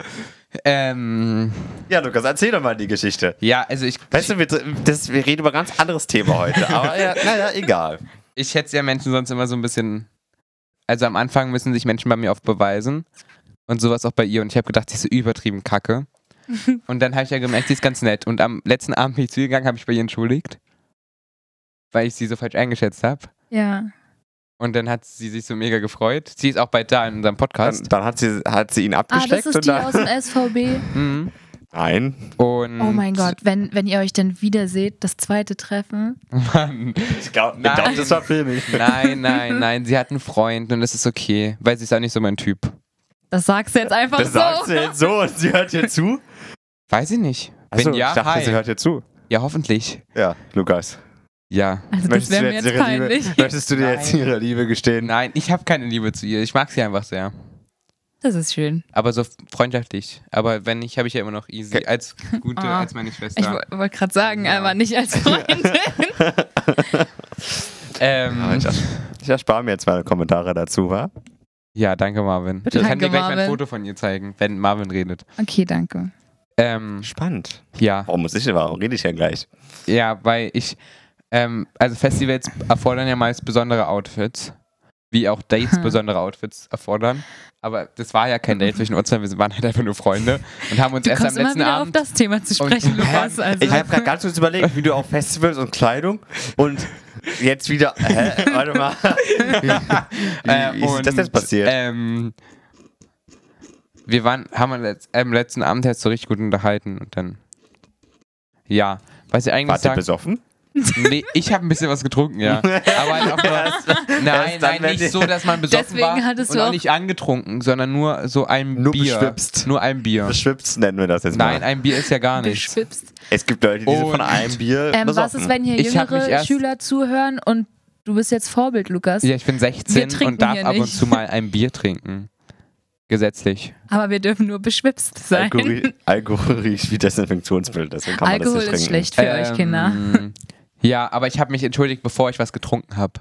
Speaker 1: Ähm,
Speaker 3: Ja, Lukas, erzähl doch mal die Geschichte.
Speaker 1: ja, also ich,
Speaker 3: Weißt du, wir, das, wir reden über ein ganz anderes Thema heute, aber ja, naja, egal.
Speaker 1: ich schätze ja Menschen sonst immer so ein bisschen. Also am Anfang müssen sich Menschen bei mir oft beweisen und sowas auch bei ihr. Und ich habe gedacht, sie ist so übertrieben kacke. und dann habe ich ja gemerkt, sie ist ganz nett. Und am letzten Abend bin ich zu ihr gegangen, habe ich bei ihr entschuldigt, weil ich sie so falsch eingeschätzt habe.
Speaker 2: Ja.
Speaker 1: Und dann hat sie sich so mega gefreut. Sie ist auch bald da in unserem
Speaker 3: Dann,
Speaker 1: Podcast.
Speaker 3: dann hat, sie, hat sie ihn
Speaker 2: Ah, das
Speaker 3: abgesteckt
Speaker 2: ist
Speaker 3: und
Speaker 2: die aus
Speaker 3: dann.
Speaker 2: dem SVB.
Speaker 1: Mhm.
Speaker 3: Nein.
Speaker 1: Und
Speaker 2: Oh mein Gott, wenn, wenn ihr euch dann wieder seht, das zweite Treffen.
Speaker 1: Mann.
Speaker 3: Ich glaube,
Speaker 1: Nein.
Speaker 3: glaub, das war filmig.
Speaker 1: Nein, nein, nein. Sie hat einen Freund und das ist okay, weil sie ist auch nicht so mein Typ.
Speaker 2: Das sagst du jetzt einfach
Speaker 3: Das
Speaker 2: so.
Speaker 3: sagt sie jetzt so und sie hört hier zu.
Speaker 1: Weiß ich nicht. Wenn
Speaker 3: Achso,
Speaker 1: ja,
Speaker 3: ich dachte,
Speaker 1: hi.
Speaker 3: sie hört hier zu.
Speaker 1: ja, hoffentlich.
Speaker 3: Ja, Lukas.
Speaker 1: Ja.
Speaker 2: Also das wäre mir jetzt peinlich.
Speaker 3: Liebe, möchtest du dir
Speaker 1: Nein.
Speaker 3: jetzt ihre Liebe gestehen?
Speaker 1: Nein, ich habe keine Liebe zu ihr. Ich mag sie einfach sehr.
Speaker 2: Das ist schön.
Speaker 1: Aber so freundschaftlich. Aber wenn nicht, habe ich ja immer noch easy.
Speaker 3: Okay.
Speaker 1: Als gute,
Speaker 2: Ah.
Speaker 1: als meine
Speaker 2: Ich
Speaker 1: Schwester.
Speaker 2: wollte gerade sagen,
Speaker 1: Ja.
Speaker 2: aber nicht als Freundin.
Speaker 1: Ähm,
Speaker 3: Ja, Ich erspare mir jetzt meine Kommentare dazu, wa?
Speaker 1: ja, danke, Marvin.
Speaker 2: Bitte.
Speaker 1: ich kann dir
Speaker 2: Danke,
Speaker 1: gleich mein
Speaker 2: Marvin.
Speaker 1: Foto von ihr zeigen, wenn Marvin redet.
Speaker 2: okay, danke.
Speaker 1: Ähm,
Speaker 3: Spannend.
Speaker 1: ja.
Speaker 3: Warum muss ich denn, warum rede ich ja gleich?
Speaker 1: Ja, weil ich, ähm, also Festivals erfordern ja meist besondere Outfits. Wie auch Dates
Speaker 2: Hm.
Speaker 1: besondere Outfits erfordern. Aber das war ja kein Date zwischen uns, sondern wir waren halt einfach nur Freunde und haben uns
Speaker 2: Du
Speaker 1: erst am
Speaker 2: kommst immer
Speaker 1: letzten
Speaker 2: wieder auf
Speaker 1: Abend.
Speaker 2: das Thema zu sprechen,
Speaker 1: Und-
Speaker 2: Lukas. Also.
Speaker 3: Ich habe gerade ganz kurz überlegt, wie du auf Festivals und Kleidung und jetzt wieder. Hä? Warte mal. Wie, wie
Speaker 1: äh,
Speaker 3: ist das jetzt
Speaker 1: und,
Speaker 3: passiert?
Speaker 1: Ähm, wir waren, haben uns letzt- am letzten Abend jetzt so richtig gut unterhalten und dann. Ja, was ich eigentlich
Speaker 3: Wart ihr
Speaker 1: sagen.
Speaker 3: besoffen?
Speaker 1: Nee, ich habe ein bisschen was getrunken, ja. Aber halt auch nur, nein,
Speaker 3: erst dann,
Speaker 1: nein,
Speaker 3: wenn
Speaker 1: nicht
Speaker 3: die-
Speaker 1: so, dass man besoffen
Speaker 2: Deswegen
Speaker 1: war
Speaker 2: hattest
Speaker 1: und
Speaker 2: du
Speaker 1: auch
Speaker 2: auch-
Speaker 1: nicht angetrunken, sondern nur so ein
Speaker 3: Nur
Speaker 1: Bier.
Speaker 3: beschwipst.
Speaker 1: Nur ein Bier.
Speaker 3: Beschwipst nennen wir das jetzt
Speaker 1: Nein,
Speaker 3: mal.
Speaker 1: ein Bier ist ja gar nichts.
Speaker 2: beschwipst.
Speaker 3: Es gibt Leute, die sind
Speaker 1: Und-
Speaker 3: von einem Bier
Speaker 2: Ähm,
Speaker 3: besoffen.
Speaker 2: was ist, wenn hier
Speaker 1: Ich hab mich
Speaker 2: jüngere
Speaker 1: erst-
Speaker 2: Schüler zuhören und du bist jetzt Vorbild, Lukas?
Speaker 1: Ja, ich bin
Speaker 2: Wir
Speaker 1: 16
Speaker 2: trinken
Speaker 1: und darf
Speaker 2: hier
Speaker 1: ab und
Speaker 2: nicht.
Speaker 1: zu mal ein Bier trinken. Gesetzlich.
Speaker 2: Aber wir dürfen nur beschwipst sein. Alkohol,
Speaker 3: Alkohol, Alkohol riecht wie Desinfektionsmittel, deswegen kann man das
Speaker 2: ist
Speaker 3: nicht trinken.
Speaker 2: schlecht für euch Kinder.
Speaker 1: Ähm, Ja, aber ich habe mich entschuldigt, bevor ich was getrunken habe.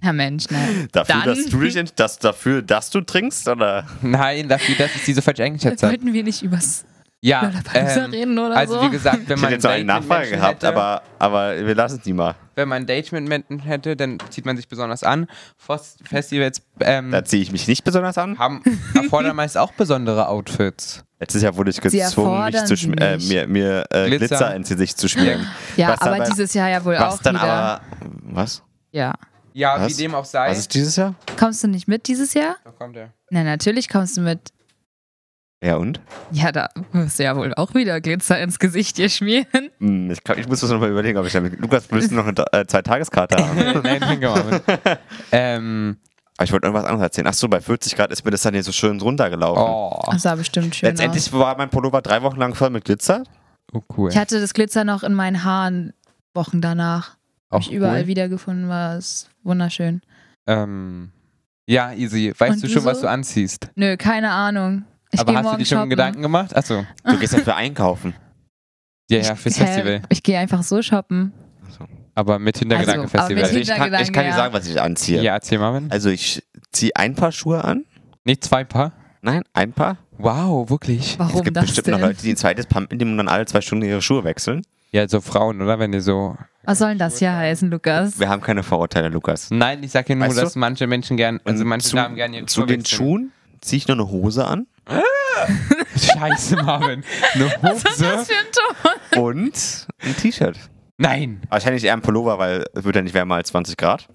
Speaker 2: Herr Mensch, nein.
Speaker 3: Dafür,
Speaker 2: Dann-
Speaker 3: dass du dich, ent- dass, dafür, dass du trinkst, oder?
Speaker 1: Nein, dafür, dass ich diese falsch eingeschätzt habe.
Speaker 2: Wollten wir nicht übers
Speaker 1: Ja,
Speaker 2: Lollapalooza
Speaker 1: ähm,
Speaker 2: reden oder
Speaker 1: also
Speaker 2: so?
Speaker 1: wie gesagt, wenn
Speaker 3: Ich hätte
Speaker 1: man
Speaker 3: jetzt noch
Speaker 1: ein
Speaker 3: eine
Speaker 1: Date mit
Speaker 3: Nachfrage
Speaker 1: Menschen
Speaker 3: gehabt,
Speaker 1: hätte-
Speaker 3: aber, aber wir lassen es nie mal.
Speaker 1: wenn man ein Date mit Menschen hätte, dann zieht man sich besonders an. Fos- Festivals ähm,
Speaker 3: Da ziehe ich mich nicht besonders an.
Speaker 1: haben, erfordern meist auch besondere Outfits.
Speaker 3: Letztes Jahr wurde ich gezwungen, mich
Speaker 2: erfordern
Speaker 3: zu
Speaker 2: sie
Speaker 3: schm- äh,
Speaker 2: nicht.
Speaker 3: mir, mir äh,
Speaker 1: Glitzer.
Speaker 3: Glitzer. ins Gesicht zu schmieren.
Speaker 2: ja,
Speaker 3: was
Speaker 2: aber
Speaker 3: aber-
Speaker 2: dieses Jahr ja wohl
Speaker 3: was
Speaker 2: auch
Speaker 3: dann
Speaker 2: wieder.
Speaker 3: aber. Was?
Speaker 2: ja.
Speaker 1: Ja,
Speaker 3: Was?
Speaker 1: wie dem auch sei.
Speaker 3: Was ist dieses Jahr?
Speaker 2: Kommst du nicht mit dieses Jahr?
Speaker 1: da kommt er.
Speaker 2: Na, natürlich kommst du mit.
Speaker 3: Ja, und?
Speaker 2: Ja, da wirst du ja wohl auch wieder Glitzer ins Gesicht dir schmieren.
Speaker 3: Hm, ich, glaub, ich muss das nochmal überlegen, ob ich damit. Lukas, willst du noch eine äh, Zwei-Tageskarte haben?
Speaker 1: Nein, danke, Marvin. ähm,
Speaker 3: aber ich wollte irgendwas anderes erzählen. Achso, bei 40 Grad ist mir das dann hier so schön runtergelaufen.
Speaker 1: oh.
Speaker 2: Das sah bestimmt schön
Speaker 3: Letztendlich
Speaker 2: aus.
Speaker 3: war mein Pullover drei Wochen lang voll mit Glitzer.
Speaker 1: oh, cool.
Speaker 2: Ich hatte das Glitzer noch in meinen Haaren Wochen danach.
Speaker 1: Auch
Speaker 2: Hab ich überall
Speaker 1: Oh, cool.
Speaker 2: wiedergefunden, war es wunderschön.
Speaker 1: Ähm, ja, easy. Weißt
Speaker 2: Und
Speaker 1: du
Speaker 2: du
Speaker 1: schon, was
Speaker 2: so?
Speaker 1: du anziehst?
Speaker 2: Nö, keine Ahnung. Ich
Speaker 1: aber
Speaker 2: geh
Speaker 1: hast du
Speaker 2: morgen
Speaker 1: dir schon
Speaker 2: shoppen.
Speaker 1: Gedanken gemacht? Achso.
Speaker 3: Du gehst ja für einkaufen.
Speaker 1: Ja, ja, fürs
Speaker 2: Hä?
Speaker 1: Festival.
Speaker 2: Ich gehe einfach so shoppen.
Speaker 1: Aber mit Hintergedanken
Speaker 2: Also, aber mit
Speaker 1: Festival.
Speaker 3: Also, ich kann, ich kann
Speaker 2: Hintergedanken,
Speaker 3: dir
Speaker 2: ja.
Speaker 3: sagen, was ich anziehe.
Speaker 1: ja, erzähl Marvin.
Speaker 3: Also ich ziehe ein Paar Schuhe an.
Speaker 1: Nicht zwei Paar?
Speaker 3: Nein, ein Paar.
Speaker 1: Wow, wirklich?
Speaker 2: Warum
Speaker 3: es gibt
Speaker 2: das
Speaker 3: bestimmt
Speaker 2: denn?
Speaker 3: noch Leute, die ein zweites Paar mitnehmen und dann alle zwei Stunden ihre Schuhe wechseln.
Speaker 1: Ja, so Frauen, oder? Wenn ihr so...
Speaker 2: Was soll denn das hier heißen, Lukas?
Speaker 3: Wir haben keine Vorurteile, Lukas.
Speaker 1: Nein, ich sag ja nur,
Speaker 3: Weißt du?
Speaker 1: dass manche Menschen gern, Hm. also
Speaker 3: Und
Speaker 1: manche
Speaker 3: zu,
Speaker 1: Damen gern ihren
Speaker 3: Zu den
Speaker 1: wechseln.
Speaker 3: Schuhen ziehe ich nur eine Hose an
Speaker 1: Scheiße, Marvin. Eine Hose?
Speaker 2: für ein Ton?
Speaker 3: und ein T-Shirt.
Speaker 1: Nein.
Speaker 3: Wahrscheinlich eher ein Pullover, weil es wird ja nicht wärmer als 20 Grad.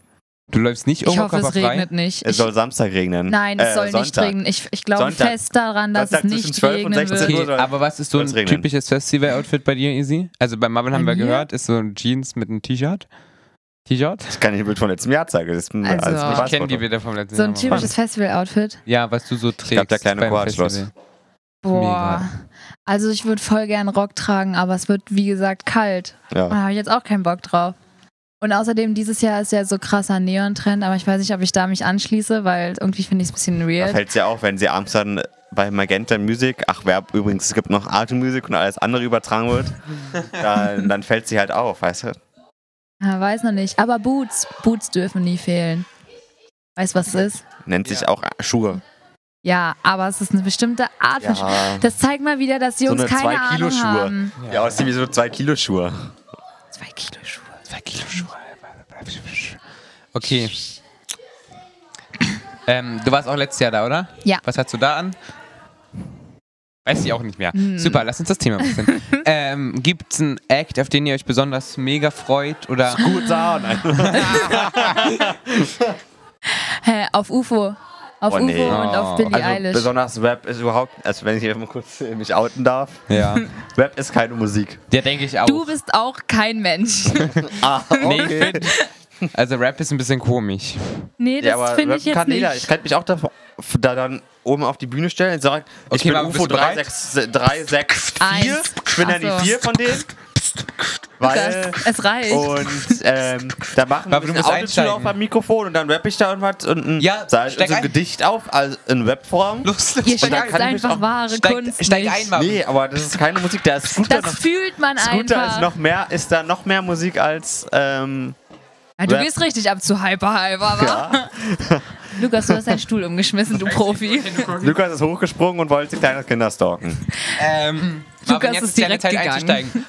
Speaker 1: Du läufst nicht
Speaker 2: Ich hoffe, es
Speaker 1: oberkörperfrei.
Speaker 2: regnet nicht.
Speaker 3: Es
Speaker 2: Ich,
Speaker 3: soll Samstag regnen.
Speaker 2: nein, es
Speaker 3: Äh,
Speaker 2: soll nicht
Speaker 3: Sonntag.
Speaker 2: regnen. Ich, ich glaube
Speaker 3: Sonntag.
Speaker 2: fest daran, dass
Speaker 3: Sonntag
Speaker 2: es
Speaker 3: zwischen
Speaker 2: nicht
Speaker 3: 12 und
Speaker 2: regnen
Speaker 3: 16
Speaker 2: wird.
Speaker 1: Okay,
Speaker 3: Nur soll-
Speaker 1: aber was ist so ein
Speaker 3: soll's regnen.
Speaker 1: typisches Festival-Outfit bei dir, Easy? Also bei Marvin haben
Speaker 2: Bei
Speaker 1: wir
Speaker 2: mir?
Speaker 1: gehört, ist so ein Jeans mit einem T-Shirt. T-Shirt?
Speaker 3: Ich kann dir ein Bild von letztem Jahr zeigen. Das ist ein,
Speaker 2: Also-
Speaker 3: alles
Speaker 2: Ich
Speaker 3: ein
Speaker 1: Ich kenne die
Speaker 3: Spaßfoto.
Speaker 1: Bilder vom letzten
Speaker 2: So ein
Speaker 1: Jahr. Marvin.
Speaker 2: typisches Festival-Outfit.
Speaker 1: Ja, was du so trägst.
Speaker 3: glaub, der kleine
Speaker 1: beim
Speaker 3: Chorabschluss.
Speaker 1: Festival.
Speaker 2: Boah.
Speaker 1: Mega.
Speaker 2: Also ich würde voll gern Rock tragen, aber es wird, wie gesagt, kalt. Und
Speaker 3: ja.
Speaker 2: Da habe ich jetzt auch keinen Bock drauf. Und außerdem, dieses Jahr ist ja so krasser Neon-Trend, aber ich weiß nicht, ob ich da mich anschließe, weil irgendwie finde ich es ein bisschen
Speaker 3: Da
Speaker 2: weird.
Speaker 3: fällt es ja auf, wenn sie abends dann bei Magenta Music, ach wer übrigens, es gibt noch Arte Music und alles andere übertragen wird, dann, dann fällt sie halt auf, weißt du?
Speaker 2: Ja, weiß noch nicht. Aber Boots, Boots dürfen nie fehlen. Weißt du, was es ist?
Speaker 3: Nennt sich
Speaker 1: Ja.
Speaker 3: auch Schuhe.
Speaker 2: Ja, aber es ist eine bestimmte Art von Schuhen.
Speaker 3: Ja,
Speaker 2: Das zeigt mal wieder, dass die
Speaker 3: so
Speaker 2: Jungs
Speaker 3: eine
Speaker 2: keine Ahnung
Speaker 3: 2-Kilo-Schuhe.
Speaker 2: haben.
Speaker 1: haben.
Speaker 3: Ja, das sind wie so 2-Kilo-Schuhe.
Speaker 2: Zwei Kilo Schuhe.
Speaker 1: Zwei Kilo Schuhe. Okay. Ähm, du warst auch letztes Jahr da, oder?
Speaker 2: Ja.
Speaker 1: Was hast du da an? Weiß ich auch nicht mehr.
Speaker 2: Hm.
Speaker 1: Super, lass uns das Thema wechseln. ähm, Gibt es einen Act, auf den ihr euch besonders mega freut? Oder
Speaker 3: Gut sah. Nein.
Speaker 2: Hä, auf UFO. Auf
Speaker 3: Oh,
Speaker 2: UFO
Speaker 3: nee.
Speaker 1: Oh,
Speaker 2: und auf Billie
Speaker 3: Also
Speaker 2: Eilish.
Speaker 3: besonders Rap ist überhaupt, also wenn ich hier mal kurz äh, mich outen darf,
Speaker 1: Ja.
Speaker 3: Rap ist keine Musik.
Speaker 1: Der denke ich auch.
Speaker 2: Du bist auch kein Mensch.
Speaker 3: Ah,
Speaker 1: nee, ich find, also Rap ist ein bisschen komisch.
Speaker 2: Nee,
Speaker 3: Ja,
Speaker 2: das
Speaker 3: aber
Speaker 2: finde ich
Speaker 3: rappen
Speaker 2: jetzt
Speaker 3: kann
Speaker 2: nicht.
Speaker 3: jeder. Ich könnte mich auch da, da dann oben auf die Bühne stellen und sagen, ich
Speaker 1: Okay,
Speaker 3: bin
Speaker 1: aber bist
Speaker 3: UFO
Speaker 1: du bereit?
Speaker 3: 364.
Speaker 2: Eins.
Speaker 3: Ich bin ja
Speaker 2: Ach
Speaker 3: die
Speaker 2: so.
Speaker 3: 4 von denen. Weil.
Speaker 2: Das- es reicht.
Speaker 3: Und ähm, da machen
Speaker 1: Aber du
Speaker 3: wir ein
Speaker 1: musst
Speaker 3: Autotune
Speaker 1: einsteigen.
Speaker 3: auf am Mikrofon und dann rapp ich da irgendwas und ein,
Speaker 1: Ja,
Speaker 3: sag-
Speaker 1: steig
Speaker 3: so ein
Speaker 1: ein.
Speaker 3: Gedicht auf, also in Webform.
Speaker 1: Los, los.
Speaker 2: Ihr
Speaker 3: Und dann
Speaker 2: steckt
Speaker 3: kann ich mich
Speaker 2: einfach
Speaker 3: auch-
Speaker 2: wahre
Speaker 1: Steig,
Speaker 2: Kunst.
Speaker 1: steig
Speaker 2: nicht.
Speaker 1: ein, Mann.
Speaker 3: Nee, aber das ist keine Musik, da ist Scooter
Speaker 2: Das
Speaker 3: noch.
Speaker 2: fühlt man
Speaker 3: Scooter
Speaker 2: einfach.
Speaker 3: ist noch mehr, ist da noch mehr Musik als ähm,
Speaker 2: ja, du
Speaker 3: Rap.
Speaker 2: gehst richtig ab zu Hyper Hyper, wa?
Speaker 3: ja.
Speaker 2: Lukas, du hast deinen Stuhl umgeschmissen, du Profi.
Speaker 3: Lukas ist hochgesprungen und wollte kleine Kinder stalken.
Speaker 1: Ähm, Marvin, jetzt
Speaker 2: ist
Speaker 1: ist deine
Speaker 2: direkt
Speaker 1: Zeit
Speaker 2: gegangen.
Speaker 1: einzusteigen.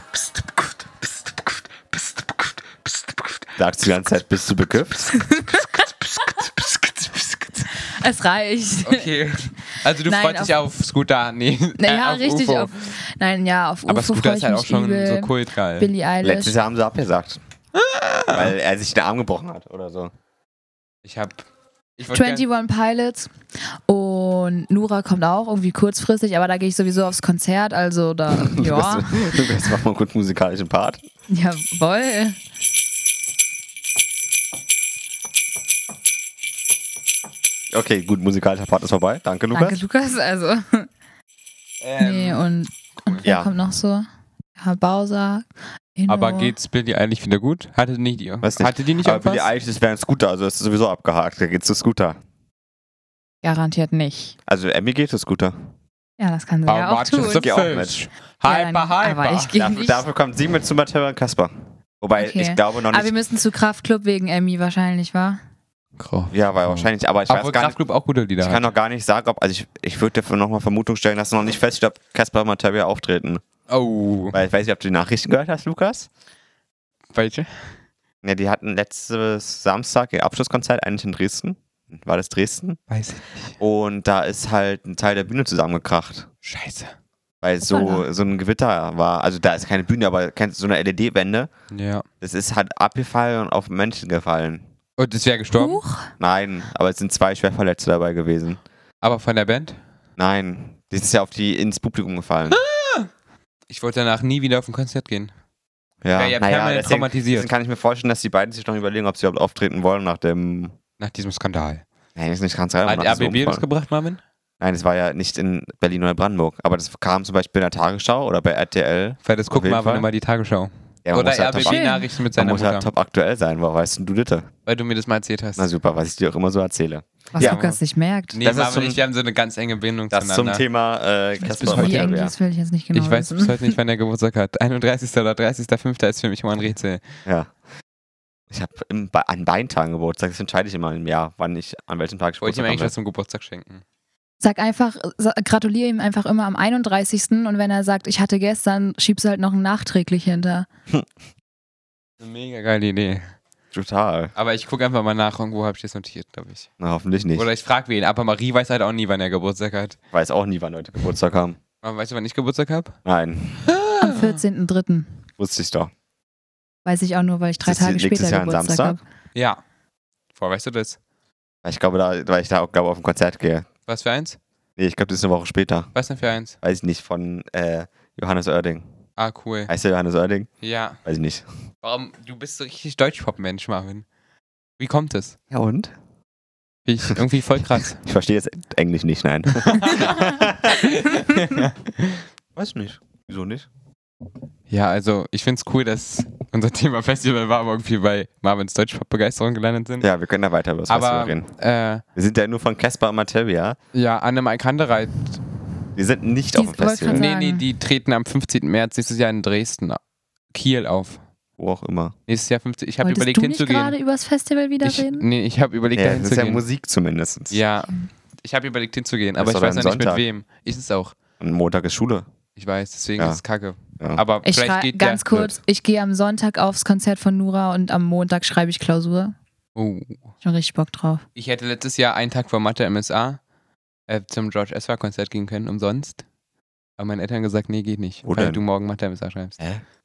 Speaker 3: Sagst du die ganze Zeit, bist du bekifft?
Speaker 2: Es reicht.
Speaker 1: Okay. Also du
Speaker 2: Nein,
Speaker 1: freust dich auf Scooter, nee.
Speaker 2: Naja,
Speaker 1: äh, auf
Speaker 2: richtig.
Speaker 1: UFO.
Speaker 2: Auf, nein, ja, auf UFO
Speaker 1: Aber
Speaker 2: freue
Speaker 1: Scooter
Speaker 2: ich
Speaker 1: ist halt
Speaker 2: mich
Speaker 1: auch schon
Speaker 2: übel.
Speaker 1: so kultgeil.
Speaker 2: Billie Eilish.
Speaker 3: Letztes Jahr haben sie abgesagt.
Speaker 2: Ah.
Speaker 3: Weil er sich den Arm gebrochen hat oder so.
Speaker 1: Ich hab. Ich wollt
Speaker 2: 21 Pilots und Nura kommt auch irgendwie kurzfristig, aber da gehe ich sowieso aufs Konzert, also da, ja,
Speaker 3: Lukas, mach mal kurz musikalischen Part.
Speaker 2: jawohl.
Speaker 3: Okay, gut, musikalischer Part ist vorbei. Danke, Lukas.
Speaker 2: Danke, Lukas, also.
Speaker 1: gern-
Speaker 2: nee, oh,
Speaker 1: ähm,
Speaker 2: und, und wer
Speaker 3: Ja.
Speaker 2: kommt noch so? Ja, Bowser. Inno.
Speaker 1: aber geht's Billy eigentlich wieder gut? Hatte nicht ihr?
Speaker 3: Weiß nicht.
Speaker 1: Hatte die nicht
Speaker 3: Aber Billy
Speaker 1: irgendwas?
Speaker 3: Eilish, das wäre ein Scooter, also das ist sowieso abgehakt. Da geht's zu Scooter.
Speaker 2: Garantiert nicht.
Speaker 3: Also Emmy geht zu Scooter.
Speaker 2: Ja, das kann sie
Speaker 1: How
Speaker 2: ja auch
Speaker 1: much is
Speaker 2: tun.
Speaker 1: the
Speaker 3: Geht auch
Speaker 1: fish? Hyper,
Speaker 2: Ja, aber
Speaker 1: hyper.
Speaker 2: ich gehe
Speaker 3: Dafür,
Speaker 2: nicht.
Speaker 3: dafür kommt sie mit zu Material und Kasper. Wobei,
Speaker 2: Okay.
Speaker 3: ich glaube noch
Speaker 2: aber wir
Speaker 3: nicht.
Speaker 2: müssen zu Kraftclub wegen Emmy wahrscheinlich, wa?
Speaker 1: Kraft.
Speaker 3: Ja, weil wahrscheinlich, aber ich
Speaker 1: Obwohl
Speaker 3: weiß gar nicht.
Speaker 1: Kraftclub auch gute Lieder
Speaker 3: Ich kann
Speaker 1: hat.
Speaker 3: noch gar nicht sagen, ob. Also ich, ich würde dafür nochmal Vermutung stellen, dass noch nicht feststeht, ob Kasper und Material auftreten.
Speaker 1: Oh.
Speaker 3: Weil ich weiß nicht, ob du die Nachrichten gehört hast, Lukas.
Speaker 1: Welche?
Speaker 3: Ne, die hatten letztes Samstag ihr Abschlusskonzert, eigentlich in Dresden. War das Dresden?
Speaker 1: Weiß ich nicht.
Speaker 3: Und da ist halt ein Teil der Bühne zusammengekracht.
Speaker 1: Scheiße.
Speaker 3: Weil
Speaker 2: war
Speaker 3: so, so ein Gewitter war. Also da ist keine Bühne, aber kennst du so eine LED-Wende?
Speaker 1: Ja.
Speaker 3: Das ist halt abgefallen und auf Menschen gefallen.
Speaker 1: Und es wäre gestorben?
Speaker 2: Huch.
Speaker 3: Nein, aber es sind zwei Schwerverletzte dabei gewesen.
Speaker 1: Aber von der Band?
Speaker 3: Nein, das ist ja auf die ins Publikum gefallen.
Speaker 1: Ich wollte danach nie wieder auf ein Konzert gehen.
Speaker 3: Ja,
Speaker 1: Wäre ja permanent
Speaker 3: deswegen,
Speaker 1: traumatisiert.
Speaker 3: deswegen kann ich mir vorstellen, dass die beiden sich noch überlegen, ob sie überhaupt auftreten wollen nach dem.
Speaker 1: Nach diesem Skandal.
Speaker 3: Nein, ist nicht ganz rein.
Speaker 1: Hat
Speaker 3: nach diesem
Speaker 1: RBB das
Speaker 3: Unfall.
Speaker 1: gebracht, Marvin?
Speaker 3: Nein, es war ja nicht in Berlin oder Brandenburg, aber das kam zum Beispiel in der Tagesschau oder bei RTL.
Speaker 1: Weil das guckt
Speaker 3: jeden
Speaker 1: Marvin
Speaker 3: Fall.
Speaker 1: immer die Tagesschau.
Speaker 3: Ja, man
Speaker 1: Oder
Speaker 3: muss ja top,
Speaker 2: Schön.
Speaker 1: RBB-Nachrichten mit
Speaker 3: man
Speaker 1: seiner
Speaker 3: muss ja
Speaker 1: Mutter.
Speaker 3: top aktuell sein, woher weißt denn du das?
Speaker 1: Weil du mir das mal erzählt hast.
Speaker 3: Na super, was ich dir auch immer so erzähle.
Speaker 2: Was
Speaker 3: Ja.
Speaker 2: Lukas nicht merkt.
Speaker 1: nee,
Speaker 3: das ist
Speaker 1: Marvin
Speaker 3: zum-
Speaker 1: und ich wir haben so eine ganz enge Bindung
Speaker 3: Das zum
Speaker 1: zueinander.
Speaker 3: Thema äh,
Speaker 1: bis
Speaker 3: Kasper
Speaker 1: heute
Speaker 3: und
Speaker 2: Wie
Speaker 1: ja,
Speaker 2: eng
Speaker 3: Materia.
Speaker 2: das will ich jetzt nicht genau
Speaker 1: ich weiß bis
Speaker 2: wissen.
Speaker 1: heute nicht, wann er Geburtstag hat. 31. oder 30.05. ist für mich immer ein Rätsel.
Speaker 3: Ja. Ich habe an beiden Tagen Geburtstag, das entscheide ich immer im Jahr, wann ich an welchem Tag ich
Speaker 1: Wollte ich ihm
Speaker 3: Geburtstag
Speaker 1: eigentlich
Speaker 3: habe.
Speaker 1: was zum Geburtstag schenken.
Speaker 2: Sag einfach, sa- gratuliere ihm einfach immer am 31. und wenn er sagt, ich hatte gestern, schiebst du halt noch ein nachträglich hinter.
Speaker 1: Eine mega geile Idee.
Speaker 3: Total.
Speaker 1: Aber ich gucke einfach mal nach, irgendwo habe ich das notiert, glaube ich.
Speaker 3: Na, hoffentlich nicht.
Speaker 1: Oder ich frage wen, aber Marie weiß halt auch nie, wann er Geburtstag hat.
Speaker 3: Ich weiß auch nie, wann Leute Geburtstag haben.
Speaker 1: Aber weißt du, wann ich Geburtstag habe?
Speaker 3: Nein,
Speaker 1: Ah.
Speaker 2: Am 14.03.
Speaker 3: wusste ich doch.
Speaker 2: Weiß ich auch nur, weil ich drei
Speaker 3: Ist das
Speaker 2: Tage
Speaker 3: nächstes
Speaker 2: später
Speaker 3: Jahr ein
Speaker 2: Geburtstag habe.
Speaker 3: Samstag?
Speaker 1: Ja. Boah, weißt du das?
Speaker 3: Weil Ich glaube, da, weil ich da auch glaube auf ein Konzert gehe.
Speaker 1: Was für eins?
Speaker 3: Nee, ich glaube, das ist eine Woche später.
Speaker 1: Was denn für eins?
Speaker 3: Weiß ich nicht, von äh, Johannes Oerding.
Speaker 1: Ah, cool.
Speaker 3: Heißt der Johannes Oerding?
Speaker 1: Ja.
Speaker 3: Weiß ich nicht.
Speaker 1: Warum? Du bist so richtig Deutschpop-Mensch, Marvin. Wie kommt es?
Speaker 3: Ja und?
Speaker 1: Finde ich irgendwie voll krass.
Speaker 3: Ich verstehe jetzt Englisch nicht, nein. Weiß nicht. Wieso nicht?
Speaker 1: Ja, also ich find's cool, dass unser Thema Festival war, aber irgendwie bei Marvins Deutschpop-Begeisterung gelandet sind.
Speaker 3: Ja, wir können da weiter über das Festival
Speaker 1: aber
Speaker 3: reden.
Speaker 1: äh,
Speaker 3: Wir sind ja nur von Casper und Materia.
Speaker 1: ja, Annemai Kandereit.
Speaker 3: Wir sind nicht
Speaker 2: Die
Speaker 3: auf dem
Speaker 2: wollte
Speaker 3: Festival.
Speaker 2: gerade
Speaker 1: Nee,
Speaker 2: sagen.
Speaker 1: nee, die treten am 15. März nächstes Jahr in Dresden, Kiel auf.
Speaker 3: Wo auch immer.
Speaker 1: Nächstes Jahr 15. Ich habe
Speaker 2: Wolltest
Speaker 1: überlegt
Speaker 2: du nicht gerade
Speaker 1: hinzugehen.
Speaker 2: übers Festival wieder
Speaker 1: Ich,
Speaker 2: reden?
Speaker 1: nee, ich habe überlegt
Speaker 3: Ja,
Speaker 1: dahin
Speaker 3: das
Speaker 1: zu
Speaker 3: ist ja
Speaker 1: gehen.
Speaker 2: Hm.
Speaker 3: Musik zumindest.
Speaker 1: Ja, Ich habe überlegt hinzugehen, aber
Speaker 3: Ist
Speaker 1: ich
Speaker 3: doch
Speaker 1: weiß
Speaker 3: dann
Speaker 1: noch nicht
Speaker 3: Sonntag.
Speaker 1: mit wem. Ich es auch.
Speaker 3: Und Montag ist Schule.
Speaker 1: Ich weiß, deswegen
Speaker 3: Ja.
Speaker 1: ist es kacke.
Speaker 3: Ja.
Speaker 1: Aber
Speaker 2: Ich
Speaker 1: vielleicht
Speaker 2: schrei-
Speaker 1: geht
Speaker 2: ganz
Speaker 1: der.
Speaker 2: kurz, ich gehe am Sonntag aufs Konzert von Nura und am Montag schreibe ich Klausur.
Speaker 1: Oh.
Speaker 2: Ich hab richtig Bock drauf.
Speaker 1: Ich hätte letztes Jahr einen Tag vor Mathe MSA äh, zum George Ezra Konzert gehen können, umsonst. Aber meine Eltern haben gesagt, nee, geht nicht,
Speaker 3: Wo
Speaker 1: weil
Speaker 3: denn?
Speaker 1: du morgen Mathe MSA schreibst.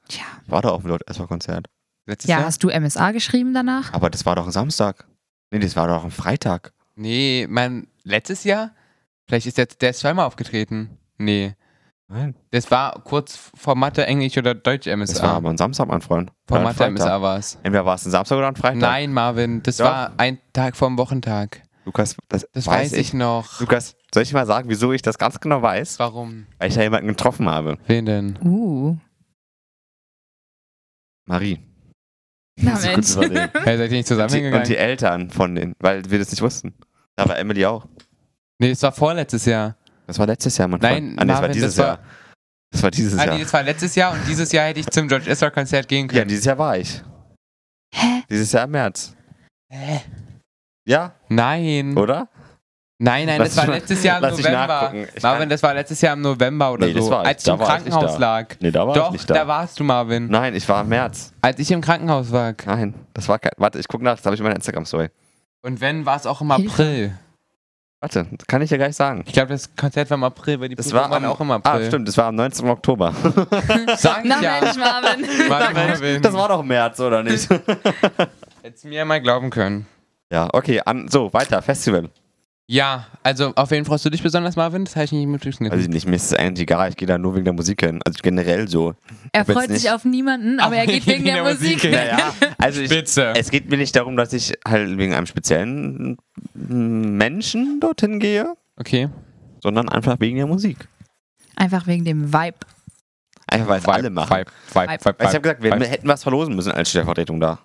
Speaker 2: Tja.
Speaker 3: War doch auf dem Lord Esper Konzert.
Speaker 1: Letztes
Speaker 2: Ja,
Speaker 1: Jahr?
Speaker 2: hast du MSA geschrieben danach?
Speaker 3: Aber das war doch ein Samstag. Nee, das war doch ein Freitag.
Speaker 1: Nee, mein letztes Jahr? Vielleicht ist der, der ist zweimal aufgetreten. Nee.
Speaker 3: Nein.
Speaker 1: Das war kurz vor Mathe, Englisch oder Deutsch
Speaker 3: Das
Speaker 1: MSA.
Speaker 3: war aber ein Samstag, mein Freund.
Speaker 1: vor
Speaker 3: Oder ein
Speaker 1: Mathe
Speaker 3: Freitag.
Speaker 1: MSA war es.
Speaker 3: Entweder war es ein Samstag oder ein Freitag.
Speaker 1: Nein, Marvin, das
Speaker 3: Doch.
Speaker 1: war ein Tag vorm Wochentag.
Speaker 3: Lukas, das,
Speaker 1: Das weiß, ich noch.
Speaker 3: Lukas, soll ich mal sagen, wieso ich das ganz genau weiß?
Speaker 1: Warum?
Speaker 3: Weil ich da jemanden getroffen habe.
Speaker 1: Wen denn?
Speaker 2: Uh.
Speaker 3: Marie.
Speaker 2: Na
Speaker 3: Muss ich
Speaker 2: Mensch.
Speaker 3: kurz überlegen.
Speaker 1: Hey, seid ihr nicht
Speaker 3: die, und
Speaker 1: zusammengegangen?
Speaker 3: die Eltern von denen, weil wir das nicht wussten. Da war Emily auch.
Speaker 1: nee, das war vorletztes Jahr.
Speaker 3: Das war letztes Jahr, mein
Speaker 1: Nein,
Speaker 3: Freund. Ah, nee, das war
Speaker 1: Marvin,
Speaker 3: dieses
Speaker 1: das war-
Speaker 3: Jahr. Das war dieses
Speaker 1: Ah,
Speaker 3: Jahr.
Speaker 1: nee, das war letztes Jahr und dieses Jahr hätte ich zum George Ezra Konzert gehen
Speaker 3: Ja,
Speaker 1: können.
Speaker 3: dieses Jahr war ich.
Speaker 2: Hä?
Speaker 3: Dieses Jahr im März.
Speaker 1: Hä?
Speaker 3: Ja,
Speaker 1: Nein.
Speaker 3: oder?
Speaker 1: Nein, nein, das
Speaker 3: Lass
Speaker 1: war
Speaker 3: ich mal-
Speaker 1: letztes Jahr im
Speaker 3: lass ich
Speaker 1: November.
Speaker 3: nachgucken. Ich
Speaker 1: Marvin,
Speaker 3: kann-
Speaker 1: das war letztes Jahr im November oder
Speaker 3: Nee, das
Speaker 1: so,
Speaker 3: war ich-
Speaker 1: als ich
Speaker 3: da
Speaker 1: im
Speaker 3: war ich nicht
Speaker 1: Krankenhaus
Speaker 3: da.
Speaker 1: lag.
Speaker 3: Nee, da war
Speaker 1: Doch,
Speaker 3: ich nicht da.
Speaker 1: warst du, Marvin.
Speaker 3: Nein, ich war im März.
Speaker 1: Als ich im Krankenhaus lag.
Speaker 3: Nein, das war kein. Warte, ich gucke nach, das habe ich in meiner Instagram-Story.
Speaker 1: Und wenn, war es auch im
Speaker 2: Hilfe.
Speaker 1: April.
Speaker 3: Warte, das kann ich dir gleich sagen.
Speaker 1: Ich glaube, das Konzert war im April, weil die
Speaker 3: Das
Speaker 1: Prüfungen
Speaker 3: war
Speaker 1: waren
Speaker 3: am-
Speaker 1: auch im
Speaker 3: Ah,
Speaker 1: April.
Speaker 3: stimmt, das war am 19. Oktober.
Speaker 1: Sag ich
Speaker 2: Na
Speaker 1: ja.
Speaker 2: Mensch, Marvin.
Speaker 1: Mann, Marvin.
Speaker 3: das war doch im März, oder nicht?
Speaker 1: Hättest du mir mal glauben können.
Speaker 3: ja, okay, an, so, weiter, Festival.
Speaker 1: Ja, also auf wen freust du dich besonders, Marvin? Das habe ich nicht mitgeschnitten.
Speaker 3: Weiß ich nicht, mir ist es eigentlich egal, ich gehe da nur wegen der Musik hin. Also generell so.
Speaker 2: Er
Speaker 3: Ob jetzt
Speaker 2: freut sich
Speaker 3: nicht-
Speaker 2: auf niemanden, aber er geht wegen der Musik.
Speaker 3: Naja, also ich,
Speaker 1: Spitze.
Speaker 3: es geht mir nicht darum, dass ich halt wegen einem speziellen Menschen dorthin gehe,
Speaker 1: Okay.
Speaker 3: sondern einfach wegen der Musik.
Speaker 2: Einfach wegen dem Vibe.
Speaker 3: Einfach weil es alle machen.
Speaker 1: Vibe, vibe,
Speaker 2: Vibe.
Speaker 1: vibe,
Speaker 3: Weil ich habe gesagt, wir
Speaker 1: Vibe.
Speaker 3: hätten was verlosen müssen als Stellvertretung da.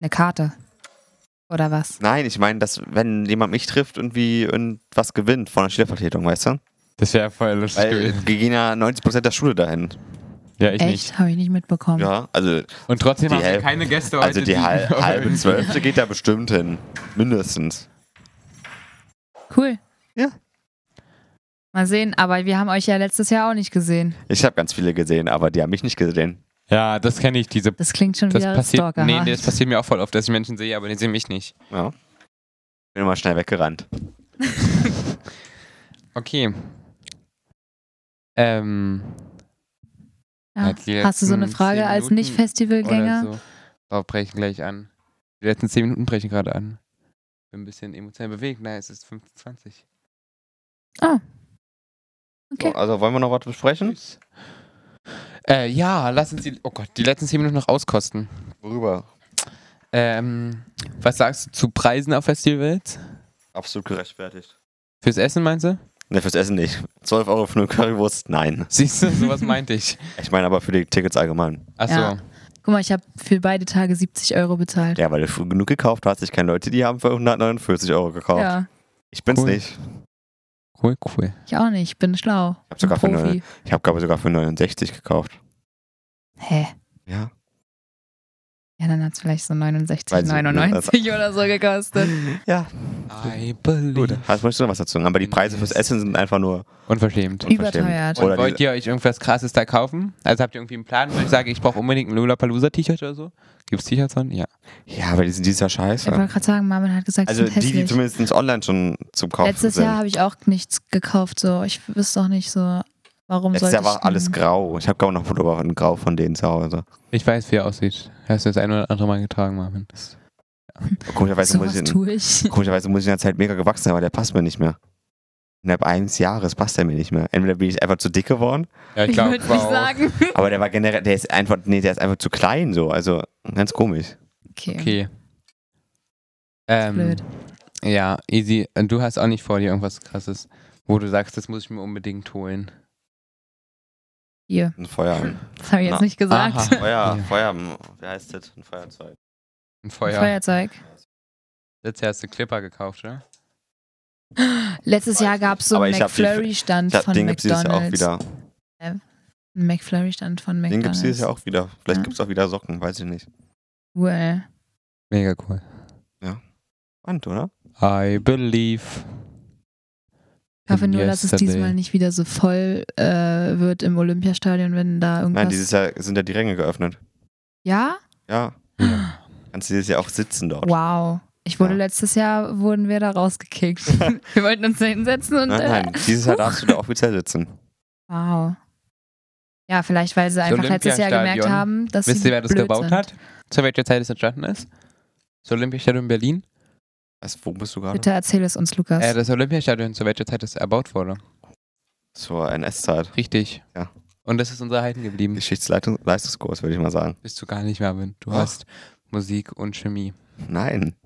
Speaker 2: Eine Karte. Oder was?
Speaker 3: Nein, ich meine, dass wenn jemand mich trifft und wie und was gewinnt von der Stellvertretung, weißt du?
Speaker 1: Das wäre voll lustig
Speaker 3: Weil wir gehen ja 90% der Schule dahin.
Speaker 1: Ja, ich
Speaker 2: Echt? Habe ich nicht mitbekommen.
Speaker 3: Ja, also,
Speaker 1: Und trotzdem
Speaker 3: Die
Speaker 1: haben wir
Speaker 3: Hälfte-
Speaker 1: keine Gäste heute.
Speaker 3: also die hal halbe Zwölfte geht da bestimmt hin. Mindestens.
Speaker 2: Cool.
Speaker 3: Ja.
Speaker 2: Mal sehen, aber wir haben euch ja letztes Jahr auch nicht gesehen.
Speaker 3: Ich habe ganz viele gesehen, aber die haben mich nicht gesehen.
Speaker 1: Ja, das kenne ich, diese...
Speaker 2: Das klingt schon
Speaker 1: Das
Speaker 2: wieder
Speaker 1: passiert,
Speaker 2: Stalker.
Speaker 1: nee,
Speaker 2: ha?
Speaker 1: das passiert mir auch voll oft, dass ich Menschen sehe, aber die sehen mich nicht.
Speaker 3: Ja. Bin immer schnell weggerannt.
Speaker 1: Okay. Ähm,
Speaker 2: ja.
Speaker 1: Halt die
Speaker 2: Hast du so eine
Speaker 1: letzten
Speaker 2: Frage
Speaker 1: zehn
Speaker 2: als
Speaker 1: Minuten
Speaker 2: Nicht-Festivalgänger?
Speaker 1: oder so. Darauf brechen gleich an. Die letzten 10 Minuten brechen gerade an. Bin ein bisschen emotional bewegt. Nein, es ist 25.
Speaker 2: Oh. Okay.
Speaker 3: So, also wollen wir noch was besprechen?
Speaker 1: Tschüss. Äh, ja, lass uns die. Oh Gott, die letzten 10 Minuten noch auskosten.
Speaker 3: Worüber?
Speaker 1: Ähm, was sagst du zu Preisen auf Festivals?
Speaker 3: Absolut gerechtfertigt.
Speaker 1: Fürs Essen meinst du?
Speaker 3: Ne, fürs Essen nicht. 12 Euro für eine Currywurst? Nein.
Speaker 1: Siehst du, sowas meinte ich.
Speaker 3: Ich meine aber für die Tickets allgemein.
Speaker 1: Achso.
Speaker 2: Ja. Guck mal, ich habe für beide Tage 70 Euro bezahlt.
Speaker 3: Ja, weil du früh genug gekauft hast. Ich kenne Leute, die haben für 149 Euro gekauft.
Speaker 2: Ja,
Speaker 3: Ich bin's
Speaker 1: Cool.
Speaker 3: nicht.
Speaker 1: Cool, cool.
Speaker 2: ich auch nicht. Ich bin schlau.
Speaker 3: hab sogar
Speaker 2: Bin
Speaker 3: für
Speaker 2: Profi.
Speaker 3: Ich habe, glaube ich, sogar für 69 gekauft.
Speaker 2: Hä?
Speaker 3: Ja.
Speaker 2: Ja, dann hat's vielleicht so 69,
Speaker 3: Weiß ich nicht, ne?
Speaker 2: 99 oder so gekostet.
Speaker 3: Ja.
Speaker 1: I
Speaker 3: Gut.
Speaker 1: believe.
Speaker 3: Hast möchtest du noch was dazu sagen? Aber die Preise fürs Essen sind einfach nur.
Speaker 1: Unverschämt.
Speaker 2: Überteuert.
Speaker 1: Und
Speaker 3: Oder
Speaker 1: wollt
Speaker 3: diese-
Speaker 1: ihr euch irgendwas krasses da kaufen? Also habt ihr irgendwie einen Plan, wo ich sage, ich brauche unbedingt ein Lollapalooza-T-Shirt oder so? Gibt's T-Shirts von? Ja.
Speaker 3: Ja, aber die sind dieses Jahr
Speaker 2: Ich
Speaker 3: scheiße.
Speaker 2: wollte gerade sagen, Marvin hat gesagt,
Speaker 3: Also
Speaker 2: sie sind
Speaker 3: die, die
Speaker 2: hässlich.
Speaker 3: zumindest online schon zum Kaufen
Speaker 2: Letztes
Speaker 3: sind.
Speaker 2: Jahr habe ich auch nichts gekauft. So, ich wüsste auch nicht so, warum
Speaker 3: Letztes
Speaker 2: sollte
Speaker 3: Jahr war
Speaker 2: ich
Speaker 3: alles
Speaker 2: denn-
Speaker 3: grau. Ich habe, glaube ich, noch ein Foto in grau von denen zu Hause.
Speaker 1: Ich weiß, wie er aussieht. Hast du das ein oder andere Mal getragen, Marvin?
Speaker 3: Komischerweise, muss
Speaker 2: Sowas
Speaker 3: ich,
Speaker 2: tue ich.
Speaker 3: komischerweise muss ich in der Zeit mega gewachsen sein, aber der passt mir nicht mehr. Innerhalb eines Jahres passt er mir nicht mehr. Entweder bin ich einfach zu dick geworden,
Speaker 1: Ja,
Speaker 2: Ich würde nicht sagen.
Speaker 3: aber der war generell, der ist einfach, nee, der ist einfach zu klein so. Also ganz komisch.
Speaker 2: Okay.
Speaker 1: Okay. Ähm,
Speaker 2: Blöd.
Speaker 1: Ja, easy. Und Du hast auch nicht vor dir irgendwas krasses, wo du sagst, das muss ich mir unbedingt holen.
Speaker 2: Hier,
Speaker 3: Ein Feuer. Ein
Speaker 2: das habe ich jetzt
Speaker 3: Na,
Speaker 2: nicht gesagt.
Speaker 1: aha. Ja.
Speaker 3: Feuer, Feuer, wie heißt das? Ein Feuerzeug.
Speaker 1: Ein Feuer.
Speaker 2: Feuerzeug.
Speaker 1: Letztes Jahr hast du Clipper gekauft, oder?
Speaker 2: Letztes Jahr gab es so
Speaker 3: Aber
Speaker 2: einen
Speaker 3: ich hab die-
Speaker 2: McFlurry-Stand
Speaker 3: Ich glaub,
Speaker 2: von
Speaker 3: den gibt's dieses Jahr auch
Speaker 2: McDonalds.
Speaker 3: wieder.
Speaker 2: Ein McFlurry-Stand von McDonalds.
Speaker 3: Den gibt's dieses Jahr auch wieder. Vielleicht
Speaker 2: Ja.
Speaker 3: gibt's auch wieder Socken, weiß ich nicht.
Speaker 2: Cool.
Speaker 1: Mega cool.
Speaker 3: Spannend, oder?
Speaker 1: I believe.
Speaker 2: Ich hoffe
Speaker 1: in
Speaker 2: nur, dass es
Speaker 1: yesterday.
Speaker 2: diesmal nicht wieder so voll äh, wird im Olympiastadion, wenn da irgendwas.
Speaker 3: Nein, dieses Jahr sind ja die Ränge geöffnet.
Speaker 2: ja?
Speaker 3: Ja.
Speaker 2: Hm.
Speaker 3: Kannst du dieses Jahr auch sitzen dort.
Speaker 2: Wow. Ich wurde
Speaker 3: Ja.
Speaker 2: letztes Jahr, wurden wir da rausgekickt. wir wollten uns da hinsetzen und.
Speaker 3: Nein, nein,
Speaker 2: Äh,
Speaker 3: dieses Jahr darfst du da offiziell sitzen.
Speaker 2: wow. Ja, vielleicht, weil sie einfach letztes Jahr gemerkt
Speaker 1: Olympiastadion.
Speaker 2: haben, dass
Speaker 1: Wisst
Speaker 2: sie
Speaker 1: ihr, wer das
Speaker 2: blöd
Speaker 1: gebaut
Speaker 2: sind.
Speaker 1: hat? Zu welcher Zeit es entstanden ist? Das Olympiastadion Berlin?
Speaker 3: Was, wo bist du gerade?
Speaker 2: Bitte erzähl es uns, Lukas.
Speaker 1: Äh, das Olympiastadion, zu welcher Zeit es erbaut wurde.
Speaker 3: Zur NS-Zeit.
Speaker 1: Richtig.
Speaker 3: Ja.
Speaker 1: Und das ist uns erhalten geblieben.
Speaker 3: Geschichtsleistungskurs, würde ich mal sagen.
Speaker 1: Bist du gar nicht mehr, Marvin. Du
Speaker 3: Doch.
Speaker 1: hast Musik und Chemie.
Speaker 3: Nein.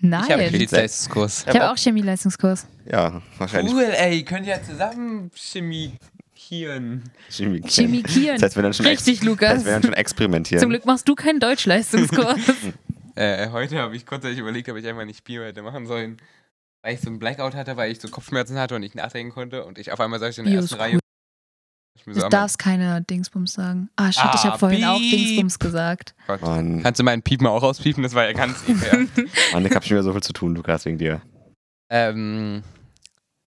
Speaker 2: nein.
Speaker 1: Ich habe
Speaker 2: Ich
Speaker 1: Geschichtskurs.
Speaker 2: habe auch Chemieleistungskurs.
Speaker 3: Ja, wahrscheinlich
Speaker 1: Cool, ey. Könnt ihr zusammen Chemie kieren?
Speaker 3: Chemie. kennen.
Speaker 2: Chemikieren.
Speaker 3: Das heißt, wir dann schon, ex
Speaker 2: Richtig,
Speaker 3: das heißt,
Speaker 2: Lukas.
Speaker 3: wir dann schon experimentieren.
Speaker 2: Zum Glück machst du keinen Deutschleistungskurs.
Speaker 1: Äh, heute habe ich kurzzeitig überlegt, ob ich einmal nicht Bio hätte machen sollen. Weil ich so einen Blackout hatte, weil ich so Kopfschmerzen hatte und nicht nachdenken konnte. Und ich auf einmal saß ich in der
Speaker 2: Bio
Speaker 1: ersten
Speaker 2: ist
Speaker 1: Reihe.
Speaker 2: cool.
Speaker 1: Ich mir so,
Speaker 2: Du
Speaker 1: am-
Speaker 2: darfst keine Dingsbums sagen. Ah, shit, ich
Speaker 1: Ah,
Speaker 2: habe vorhin auch
Speaker 1: piep.
Speaker 2: Dingsbums gesagt.
Speaker 1: Gott.
Speaker 3: Mann,
Speaker 1: Kannst du meinen Piepen auch auspiepen? Das war ja ganz ekelhaft.
Speaker 3: Mann, ich hab schon wieder so viel zu tun, Lukas, wegen dir.
Speaker 1: ähm,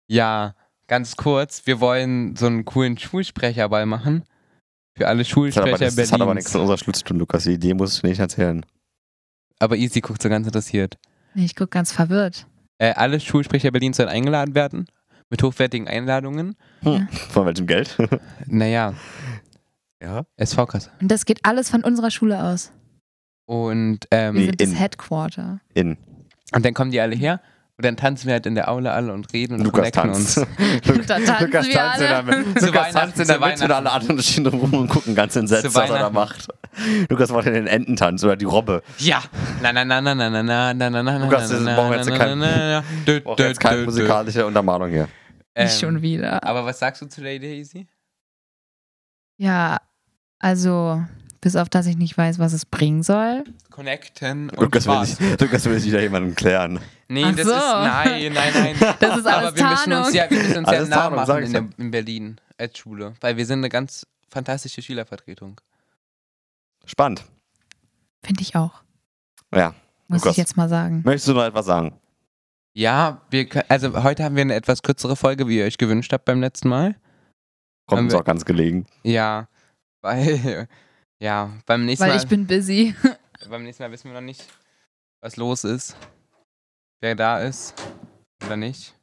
Speaker 1: ja, ganz kurz. Wir wollen so einen coolen Schulsprecherball machen. Für alle
Speaker 3: Das hat,
Speaker 1: Schulsprecher
Speaker 3: aber, das, das
Speaker 1: Berlins.
Speaker 3: hat aber nichts mit unserer Schule zu tun, Lukas. Die Idee musst du nicht erzählen.
Speaker 1: aber Easy guckt so ganz interessiert.
Speaker 2: Nee, ich guck ganz verwirrt.
Speaker 1: äh, alle Schulsprecher Berlins sollen eingeladen werden mit hochwertigen Einladungen.
Speaker 3: Hm. Von welchem Geld?
Speaker 1: Naja,
Speaker 3: ja.
Speaker 1: SV-Kasse.
Speaker 2: Und das geht alles von unserer Schule aus.
Speaker 1: Und,
Speaker 2: Wir
Speaker 1: ähm,
Speaker 2: sind das
Speaker 3: in-
Speaker 2: Headquarter.
Speaker 3: In.
Speaker 1: und dann kommen die alle her und dann tanzen wir halt in der Aula alle und reden und
Speaker 3: Lukas
Speaker 1: connecten
Speaker 3: tanzt.
Speaker 1: uns.
Speaker 3: Lu-
Speaker 2: Da tanzen
Speaker 3: Lukas
Speaker 2: wir
Speaker 3: tanzt in
Speaker 2: alle.
Speaker 3: der
Speaker 1: Zu
Speaker 3: Lukas tanzt
Speaker 1: Weihnachten,
Speaker 3: in der
Speaker 1: zu
Speaker 3: Mitte und alle
Speaker 1: Weihnachten.
Speaker 3: anderen stehen rum und gucken ganz entsetzt,
Speaker 1: Zu
Speaker 3: was er da
Speaker 1: Weihnachten.
Speaker 3: macht. Lukas wollte den Ententanz oder die Robbe.
Speaker 1: Ja! Na, na, na, na, na, na, na, na, na, na,
Speaker 3: Lukas, wir
Speaker 1: na,
Speaker 3: brauchen
Speaker 1: na,
Speaker 3: jetzt
Speaker 1: na,
Speaker 3: kein-
Speaker 1: na, na, na. Dö,
Speaker 3: Braucht
Speaker 1: dö,
Speaker 3: jetzt keine
Speaker 1: dö,
Speaker 3: musikalische Untermalung hier.
Speaker 1: dö.
Speaker 2: Nicht
Speaker 1: Ähm,
Speaker 2: schon wieder.
Speaker 1: Aber was sagst du zu Lady Hazy?
Speaker 2: Ja, also, bis auf dass ich nicht weiß, was es bringen soll.
Speaker 1: Connecten und
Speaker 3: Lukas will,
Speaker 1: Spaß.
Speaker 3: sich, Lukas will sich wieder jemanden klären.
Speaker 1: Nee,
Speaker 2: Ach
Speaker 1: das
Speaker 2: so.
Speaker 1: ist. Nein, nein, nein.
Speaker 2: Das ist alles
Speaker 1: Aber wir müssen
Speaker 2: Tarnung.
Speaker 1: uns ja, wir müssen uns ja
Speaker 3: Alles
Speaker 1: einen Namen
Speaker 3: Tarnung, sag
Speaker 1: machen
Speaker 3: ich
Speaker 1: in, der, in Berlin als Schule. Weil wir sind eine ganz fantastische Schülervertretung.
Speaker 3: Spannend.
Speaker 2: Finde ich auch.
Speaker 3: Ja.
Speaker 1: oh
Speaker 2: Muss
Speaker 3: Lukas.
Speaker 2: ich jetzt mal sagen.
Speaker 3: Möchtest du noch etwas sagen?
Speaker 1: Ja, wir kö- also heute haben wir eine etwas kürzere Folge, wie ihr euch gewünscht habt beim letzten Mal.
Speaker 3: Kommt
Speaker 1: Ähm,
Speaker 3: uns auch ganz gelegen.
Speaker 1: Ja, weil ja, beim nächsten
Speaker 2: Weil
Speaker 1: Mal
Speaker 2: ich bin busy.
Speaker 1: beim nächsten Mal wissen wir noch nicht, was los ist, wer da ist oder nicht.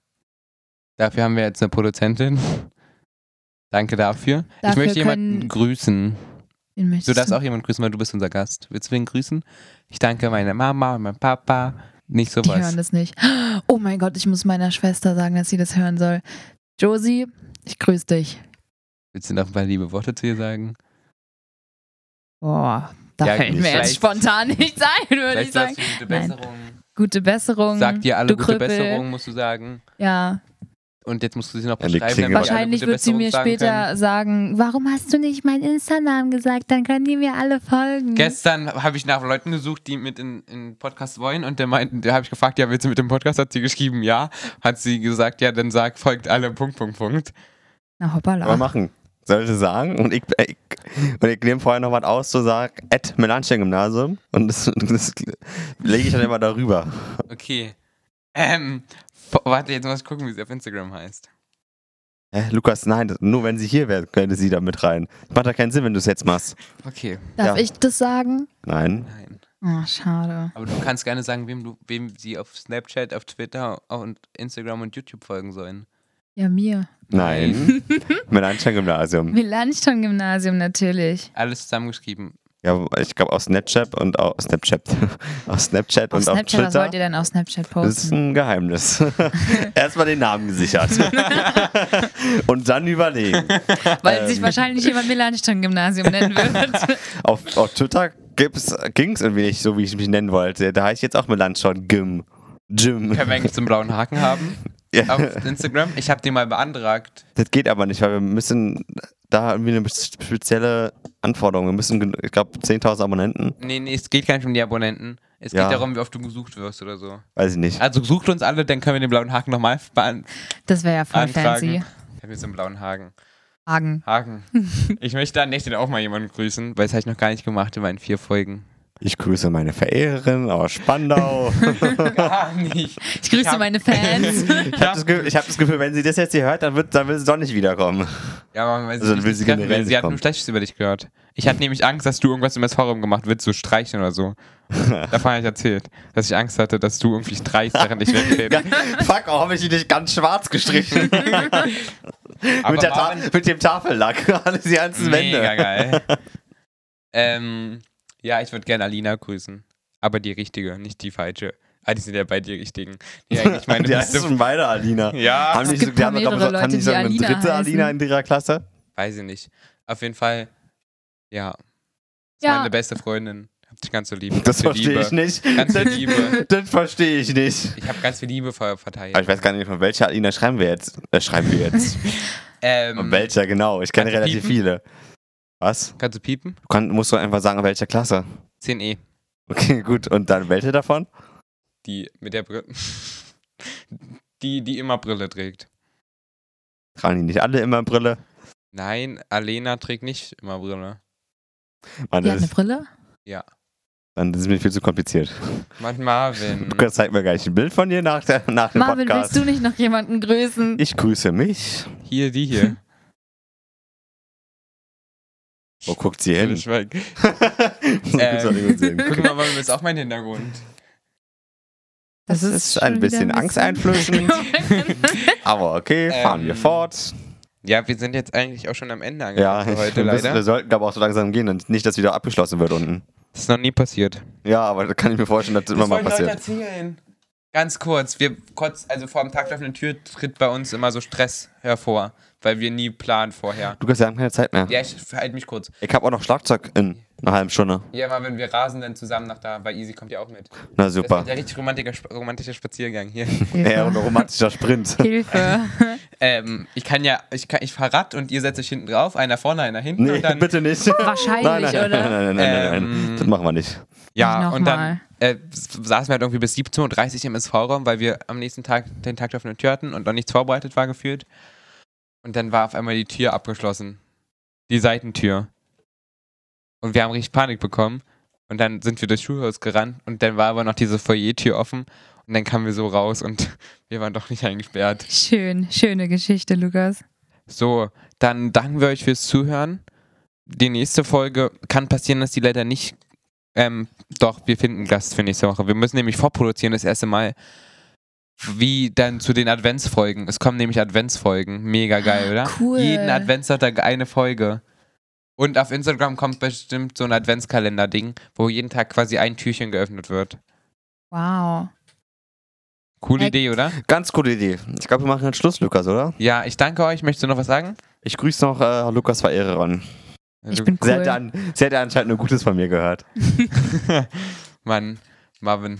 Speaker 1: Dafür haben wir jetzt eine Produzentin. Danke dafür. ich
Speaker 2: Dafür
Speaker 1: möchte jemanden
Speaker 2: können-
Speaker 1: grüßen.
Speaker 2: Den möchtest
Speaker 1: Du darfst auch jemanden grüßen, weil du bist unser Gast. Willst du wen grüßen? Ich danke meiner Mama und meinem Papa. Nicht
Speaker 2: Die
Speaker 1: sowas.
Speaker 2: hören das nicht. Oh mein Gott, ich muss meiner Schwester sagen, dass sie das hören soll. Josie, ich grüße dich.
Speaker 1: Willst du noch ein paar liebe Worte zu ihr sagen?
Speaker 2: Boah, da
Speaker 1: Ja,
Speaker 2: fällt mir
Speaker 1: vielleicht-
Speaker 2: jetzt spontan nichts ein, würde ich
Speaker 1: Vielleicht
Speaker 2: sagen.
Speaker 1: sagst du gute
Speaker 2: Nein.
Speaker 1: Besserung.
Speaker 2: Gute Besserung.
Speaker 1: Sagt dir alle
Speaker 2: du
Speaker 1: gute
Speaker 2: Krüppel.
Speaker 1: Besserung, musst du sagen.
Speaker 2: Ja,
Speaker 1: Und jetzt musst du sie noch
Speaker 3: Ja, die
Speaker 1: beschreiben. damit
Speaker 3: klingen
Speaker 1: alle
Speaker 3: aber-
Speaker 2: wahrscheinlich
Speaker 1: gute
Speaker 2: wird sie
Speaker 1: Besserung
Speaker 2: mir
Speaker 1: sagen
Speaker 2: später sagen, warum hast du nicht meinen Insta-Namen gesagt? Dann können die mir alle folgen.
Speaker 1: Können. Gestern habe ich nach Leuten gesucht, die mit in den Podcast wollen. Und der meinten, da habe ich gefragt, ja, willst du mit dem Podcast? Hat sie geschrieben, ja. Hat sie gesagt, ja, dann sag, folgt alle, Punkt, Punkt, Punkt.
Speaker 2: Na
Speaker 3: Mal
Speaker 2: hoppala.
Speaker 3: machen. Sollte sagen. Und ich, äh, ich, und ich nehme vorher noch was aus, so sag, at Melanchthon-Gymnasium. Und das, das lege ich dann immer darüber.
Speaker 1: Okay. Ähm, f- warte, jetzt muss ich gucken, wie sie auf Instagram heißt.
Speaker 3: Hä, Lukas, nein, das, nur wenn sie hier wäre, könnte sie da mit rein. Macht da keinen Sinn, wenn du es jetzt machst.
Speaker 1: Okay,
Speaker 2: Darf
Speaker 3: Ja.
Speaker 2: ich das sagen?
Speaker 3: Nein.
Speaker 1: nein.
Speaker 2: Oh, schade.
Speaker 1: Aber du kannst gerne sagen, wem, du, wem sie auf Snapchat, auf Twitter und Instagram und YouTube folgen sollen.
Speaker 2: Ja, mir.
Speaker 3: Nein. Melanchthon-Gymnasium.
Speaker 2: Melanchthon-Gymnasium natürlich.
Speaker 1: Alles zusammengeschrieben.
Speaker 3: Ja, ich glaube, auf Snapchat und auf Snapchat. auf Snapchat
Speaker 2: Auf Snapchat,
Speaker 3: und auf
Speaker 2: was wollt
Speaker 3: Twitter.
Speaker 2: ihr denn auf Snapchat
Speaker 3: Das ist
Speaker 2: posten?
Speaker 3: ein Geheimnis. Erstmal den Namen gesichert. und dann überlegen.
Speaker 2: Weil
Speaker 3: ähm,
Speaker 2: sich wahrscheinlich jemand Melanchthon-Gymnasium nennen wird.
Speaker 3: Auf, auf Twitter gibt's, ging's irgendwie nicht so, wie ich mich nennen wollte. Da heißt ich jetzt auch Melanchthon Gym. Gym.
Speaker 1: Können wir eigentlich zum blauen Haken haben?
Speaker 3: Ja.
Speaker 1: auf Instagram. Ich habe den mal beantragt.
Speaker 3: Das geht aber nicht, weil wir müssen da irgendwie eine spezielle Anforderung. Wir müssen, gen- ich glaube, 10.000 Abonnenten.
Speaker 1: Nee, nee, es geht gar nicht um die Abonnenten. Es
Speaker 3: Ja.
Speaker 1: geht darum, wie oft du gesucht wirst oder so.
Speaker 3: Weiß ich nicht.
Speaker 1: Also sucht uns alle, dann können wir den blauen Haken nochmal beantragen.
Speaker 2: Das wäre ja voll fancy.
Speaker 1: Ich habe jetzt den blauen Haken.
Speaker 2: Hagen.
Speaker 1: Haken. ich möchte an der Stelle auch mal jemanden grüßen, weil das habe ich noch gar nicht gemacht in meinen vier Folgen.
Speaker 3: Ich grüße meine Verehrerin aus Spandau.
Speaker 1: Gar nicht.
Speaker 2: Ich grüße
Speaker 1: Ja.
Speaker 2: meine Fans.
Speaker 3: Ich habe das, Ge- ich hab das Gefühl, wenn sie das jetzt hier hört, dann, wird, dann will sie doch nicht wiederkommen.
Speaker 1: Ja, aber weil sie,
Speaker 3: Also,
Speaker 1: dich
Speaker 3: will sie
Speaker 1: nicht treffen
Speaker 3: generell
Speaker 1: will. sie
Speaker 3: nicht
Speaker 1: hat
Speaker 3: kommen.
Speaker 1: nur Schlechtes über dich gehört. Ich hatte nämlich Angst, dass du irgendwas im Forum gemacht wird, so streichen oder so. Davon habe ich erzählt, dass ich Angst hatte, dass du irgendwie streichst, während ich wegrede.
Speaker 3: Fuck, oh, habe ich die nicht ganz schwarz gestrichen.
Speaker 1: Aber
Speaker 3: mit, der Ta
Speaker 1: Marvin-
Speaker 3: mit dem Tafellack. Alles die ganzen
Speaker 1: Mega
Speaker 3: Wände.
Speaker 1: geil. ähm, ja, ich würde gerne Alina grüßen. Aber die richtige, nicht die falsche. Ah, die sind ja beide die richtigen. Die eigentlich meine
Speaker 3: die
Speaker 1: beste
Speaker 3: heißen schon beide Alina.
Speaker 1: Ja,
Speaker 3: Haben die,
Speaker 2: Es
Speaker 3: so-
Speaker 2: gibt
Speaker 3: die haben,
Speaker 2: doch
Speaker 3: doch-
Speaker 2: mehrere
Speaker 3: haben die
Speaker 2: Leute,
Speaker 3: so
Speaker 2: die
Speaker 3: eine
Speaker 2: Alina
Speaker 3: dritte
Speaker 2: heißen.
Speaker 3: Alina in ihrer Klasse?
Speaker 1: weiß ich nicht. Auf jeden Fall, ja. Ist
Speaker 2: Ja.
Speaker 1: meine beste Freundin. Hab dich ganz so lieb. Ganz
Speaker 3: Das
Speaker 1: viel
Speaker 3: verstehe
Speaker 1: Liebe.
Speaker 3: ich nicht.
Speaker 1: Ganze
Speaker 3: Das,
Speaker 1: Liebe.
Speaker 3: das verstehe ich nicht.
Speaker 1: Ich habe ganz viel Liebe ver- verteilt.
Speaker 3: Aber Ah, ich weiß gar nicht, von welcher Alina schreiben wir jetzt. Äh, schreiben wir jetzt.
Speaker 1: Ähm,
Speaker 3: Von welcher genau? Ich kenne
Speaker 1: Kannst du
Speaker 3: relativ
Speaker 1: piepen?
Speaker 3: viele. Was?
Speaker 1: Kannst du piepen? E.
Speaker 3: Du kann, musst du einfach sagen, welche Klasse.
Speaker 1: 10e.
Speaker 3: Okay, gut. Und dann welche davon?
Speaker 1: Die mit der Brille. Die, die immer Brille trägt.
Speaker 3: Tragen die nicht alle immer Brille?
Speaker 1: Nein, Alena trägt nicht immer Brille.
Speaker 3: Mann,
Speaker 2: Die hat
Speaker 3: das
Speaker 2: eine
Speaker 3: ist,
Speaker 2: Brille?
Speaker 3: dann das ist mir viel zu kompliziert.
Speaker 1: Mann, Marvin.
Speaker 3: Du zeig mir gleich ein Bild von dir nach, der, nach dem
Speaker 2: Marvin,
Speaker 3: Podcast.
Speaker 2: willst du nicht noch jemanden grüßen?
Speaker 3: ich grüße mich.
Speaker 1: Hier, die hier.
Speaker 3: Wo guckt sie hin?
Speaker 1: Ich schweig.
Speaker 3: so ähm,
Speaker 1: Ähm, Guck
Speaker 3: sehen.
Speaker 1: mal, Marvin, das ist auch mein Hintergrund.
Speaker 3: Das ist
Speaker 2: schon
Speaker 3: ein
Speaker 2: wieder
Speaker 3: bisschen angsteinflößend, aber okay, fahren wir
Speaker 1: Ähm,
Speaker 3: fort.
Speaker 1: Ja, wir sind jetzt eigentlich auch schon am Ende angekommen
Speaker 3: Ja,
Speaker 1: für
Speaker 3: ich,
Speaker 1: heute
Speaker 3: wir, müssen, wir
Speaker 1: leider.
Speaker 3: sollten aber auch so langsam gehen und nicht, dass wieder abgeschlossen wird unten.
Speaker 1: Das ist noch nie passiert.
Speaker 3: Ja, aber da kann ich mir vorstellen, dass das immer mal
Speaker 1: Leute
Speaker 3: passiert.
Speaker 1: erzählen. Ganz kurz, wir kurz, also vor dem Tag der offenen Tür tritt bei uns immer so Stress hervor, weil wir nie planen vorher.
Speaker 3: Lukas, wir haben keine Zeit mehr.
Speaker 1: Ja, ich verhalte mich kurz.
Speaker 3: Ich habe auch noch Schlagzeug in einer halben Stunde.
Speaker 1: Ja, mal wenn wir rasen dann zusammen nach da, weil Easy kommt ja auch mit.
Speaker 3: Na
Speaker 1: Das
Speaker 3: super.
Speaker 1: wird ja richtig romantischer, Sp- romantischer Spaziergang hier.
Speaker 3: Ja, und ein
Speaker 2: Hilfe.
Speaker 3: romantischer Sprint.
Speaker 2: Hilfe.
Speaker 1: ähm, ich kann ja, ich kann, ich fahr Rad und ihr setzt euch hinten drauf, einer vorne, einer hinten
Speaker 3: Nee,
Speaker 1: und dann.
Speaker 3: bitte nicht.
Speaker 2: Wahrscheinlich,
Speaker 3: Nein, nein,
Speaker 2: oder?
Speaker 3: nein, nein, nein, nein, nein,
Speaker 1: Ähm,
Speaker 3: nein. Das machen wir nicht.
Speaker 1: Ja,
Speaker 2: Nicht
Speaker 1: und dann
Speaker 2: nochmal.
Speaker 1: äh, s- saßen wir halt irgendwie bis 17.30 Uhr im SV-Raum, weil wir am nächsten Tag den Tag der offenen Tür hatten und noch nichts vorbereitet war gefühlt. Und dann war auf einmal die Tür abgeschlossen. Die Seitentür. Und wir haben richtig Panik bekommen. Und dann sind wir durchs Schulhaus gerannt und dann war aber noch diese Foyer-Tür offen. Und dann kamen wir so raus und wir waren doch nicht eingesperrt.
Speaker 2: Schön, schöne Geschichte, Lukas.
Speaker 1: So, dann danken wir euch fürs Zuhören. Die nächste Folge kann passieren, dass die leider nicht. Ähm, doch, wir finden einen Gast für nächste Woche. Wir müssen nämlich vorproduzieren das erste Mal. Wie dann zu den Adventsfolgen. Es kommen nämlich Adventsfolgen. Mega geil, oder?
Speaker 2: Cool.
Speaker 1: Jeden Adventssonntag eine Folge. Und auf Instagram kommt bestimmt so ein Adventskalender-Ding, wo jeden Tag quasi ein Türchen geöffnet wird.
Speaker 2: Wow.
Speaker 1: Coole
Speaker 2: Heck.
Speaker 1: Idee, oder?
Speaker 3: Ganz coole Idee. Ich glaube, wir machen jetzt Schluss, Lukas, oder?
Speaker 1: Ja, ich danke euch. Möchtest du noch was sagen?
Speaker 3: Ich grüße noch äh, Lukas Verehrerin.
Speaker 2: Ich bin
Speaker 3: Sie, hat
Speaker 2: cool.
Speaker 3: ja an, sie hat ja anscheinend nur Gutes von mir gehört.
Speaker 1: Mann, Marvin,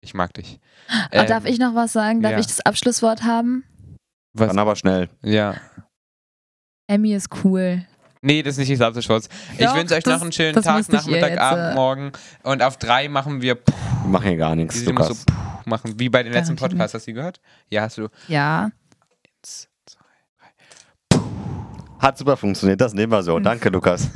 Speaker 1: ich mag dich.
Speaker 2: Ah,
Speaker 1: Ähm,
Speaker 2: darf ich noch was sagen? Darf
Speaker 1: ja.
Speaker 2: ich das Abschlusswort haben?
Speaker 1: Was?
Speaker 3: Dann aber schnell.
Speaker 1: Ja.
Speaker 2: Emmy ist cool.
Speaker 1: Nee, das ist nicht die Schlafschutz. Ich
Speaker 2: Doch,
Speaker 1: wünsche euch
Speaker 2: das-
Speaker 1: noch einen schönen
Speaker 2: das
Speaker 1: Tag,
Speaker 2: musste ich ihr
Speaker 1: Nachmittag,
Speaker 2: jetzt,
Speaker 1: Abend,
Speaker 2: äh,
Speaker 1: Morgen. Und auf drei machen wir Puh
Speaker 3: Wir machen hier gar nichts,
Speaker 1: Sie muss so
Speaker 3: Lukas.
Speaker 1: Puh machen, wie bei den letzten
Speaker 2: Garantiert
Speaker 1: Podcasts. Hast du die gehört? Ja, hast du.
Speaker 2: Ja.
Speaker 1: Eins, zwei.
Speaker 3: Hat super funktioniert, das nehmen wir so. Danke, Lukas.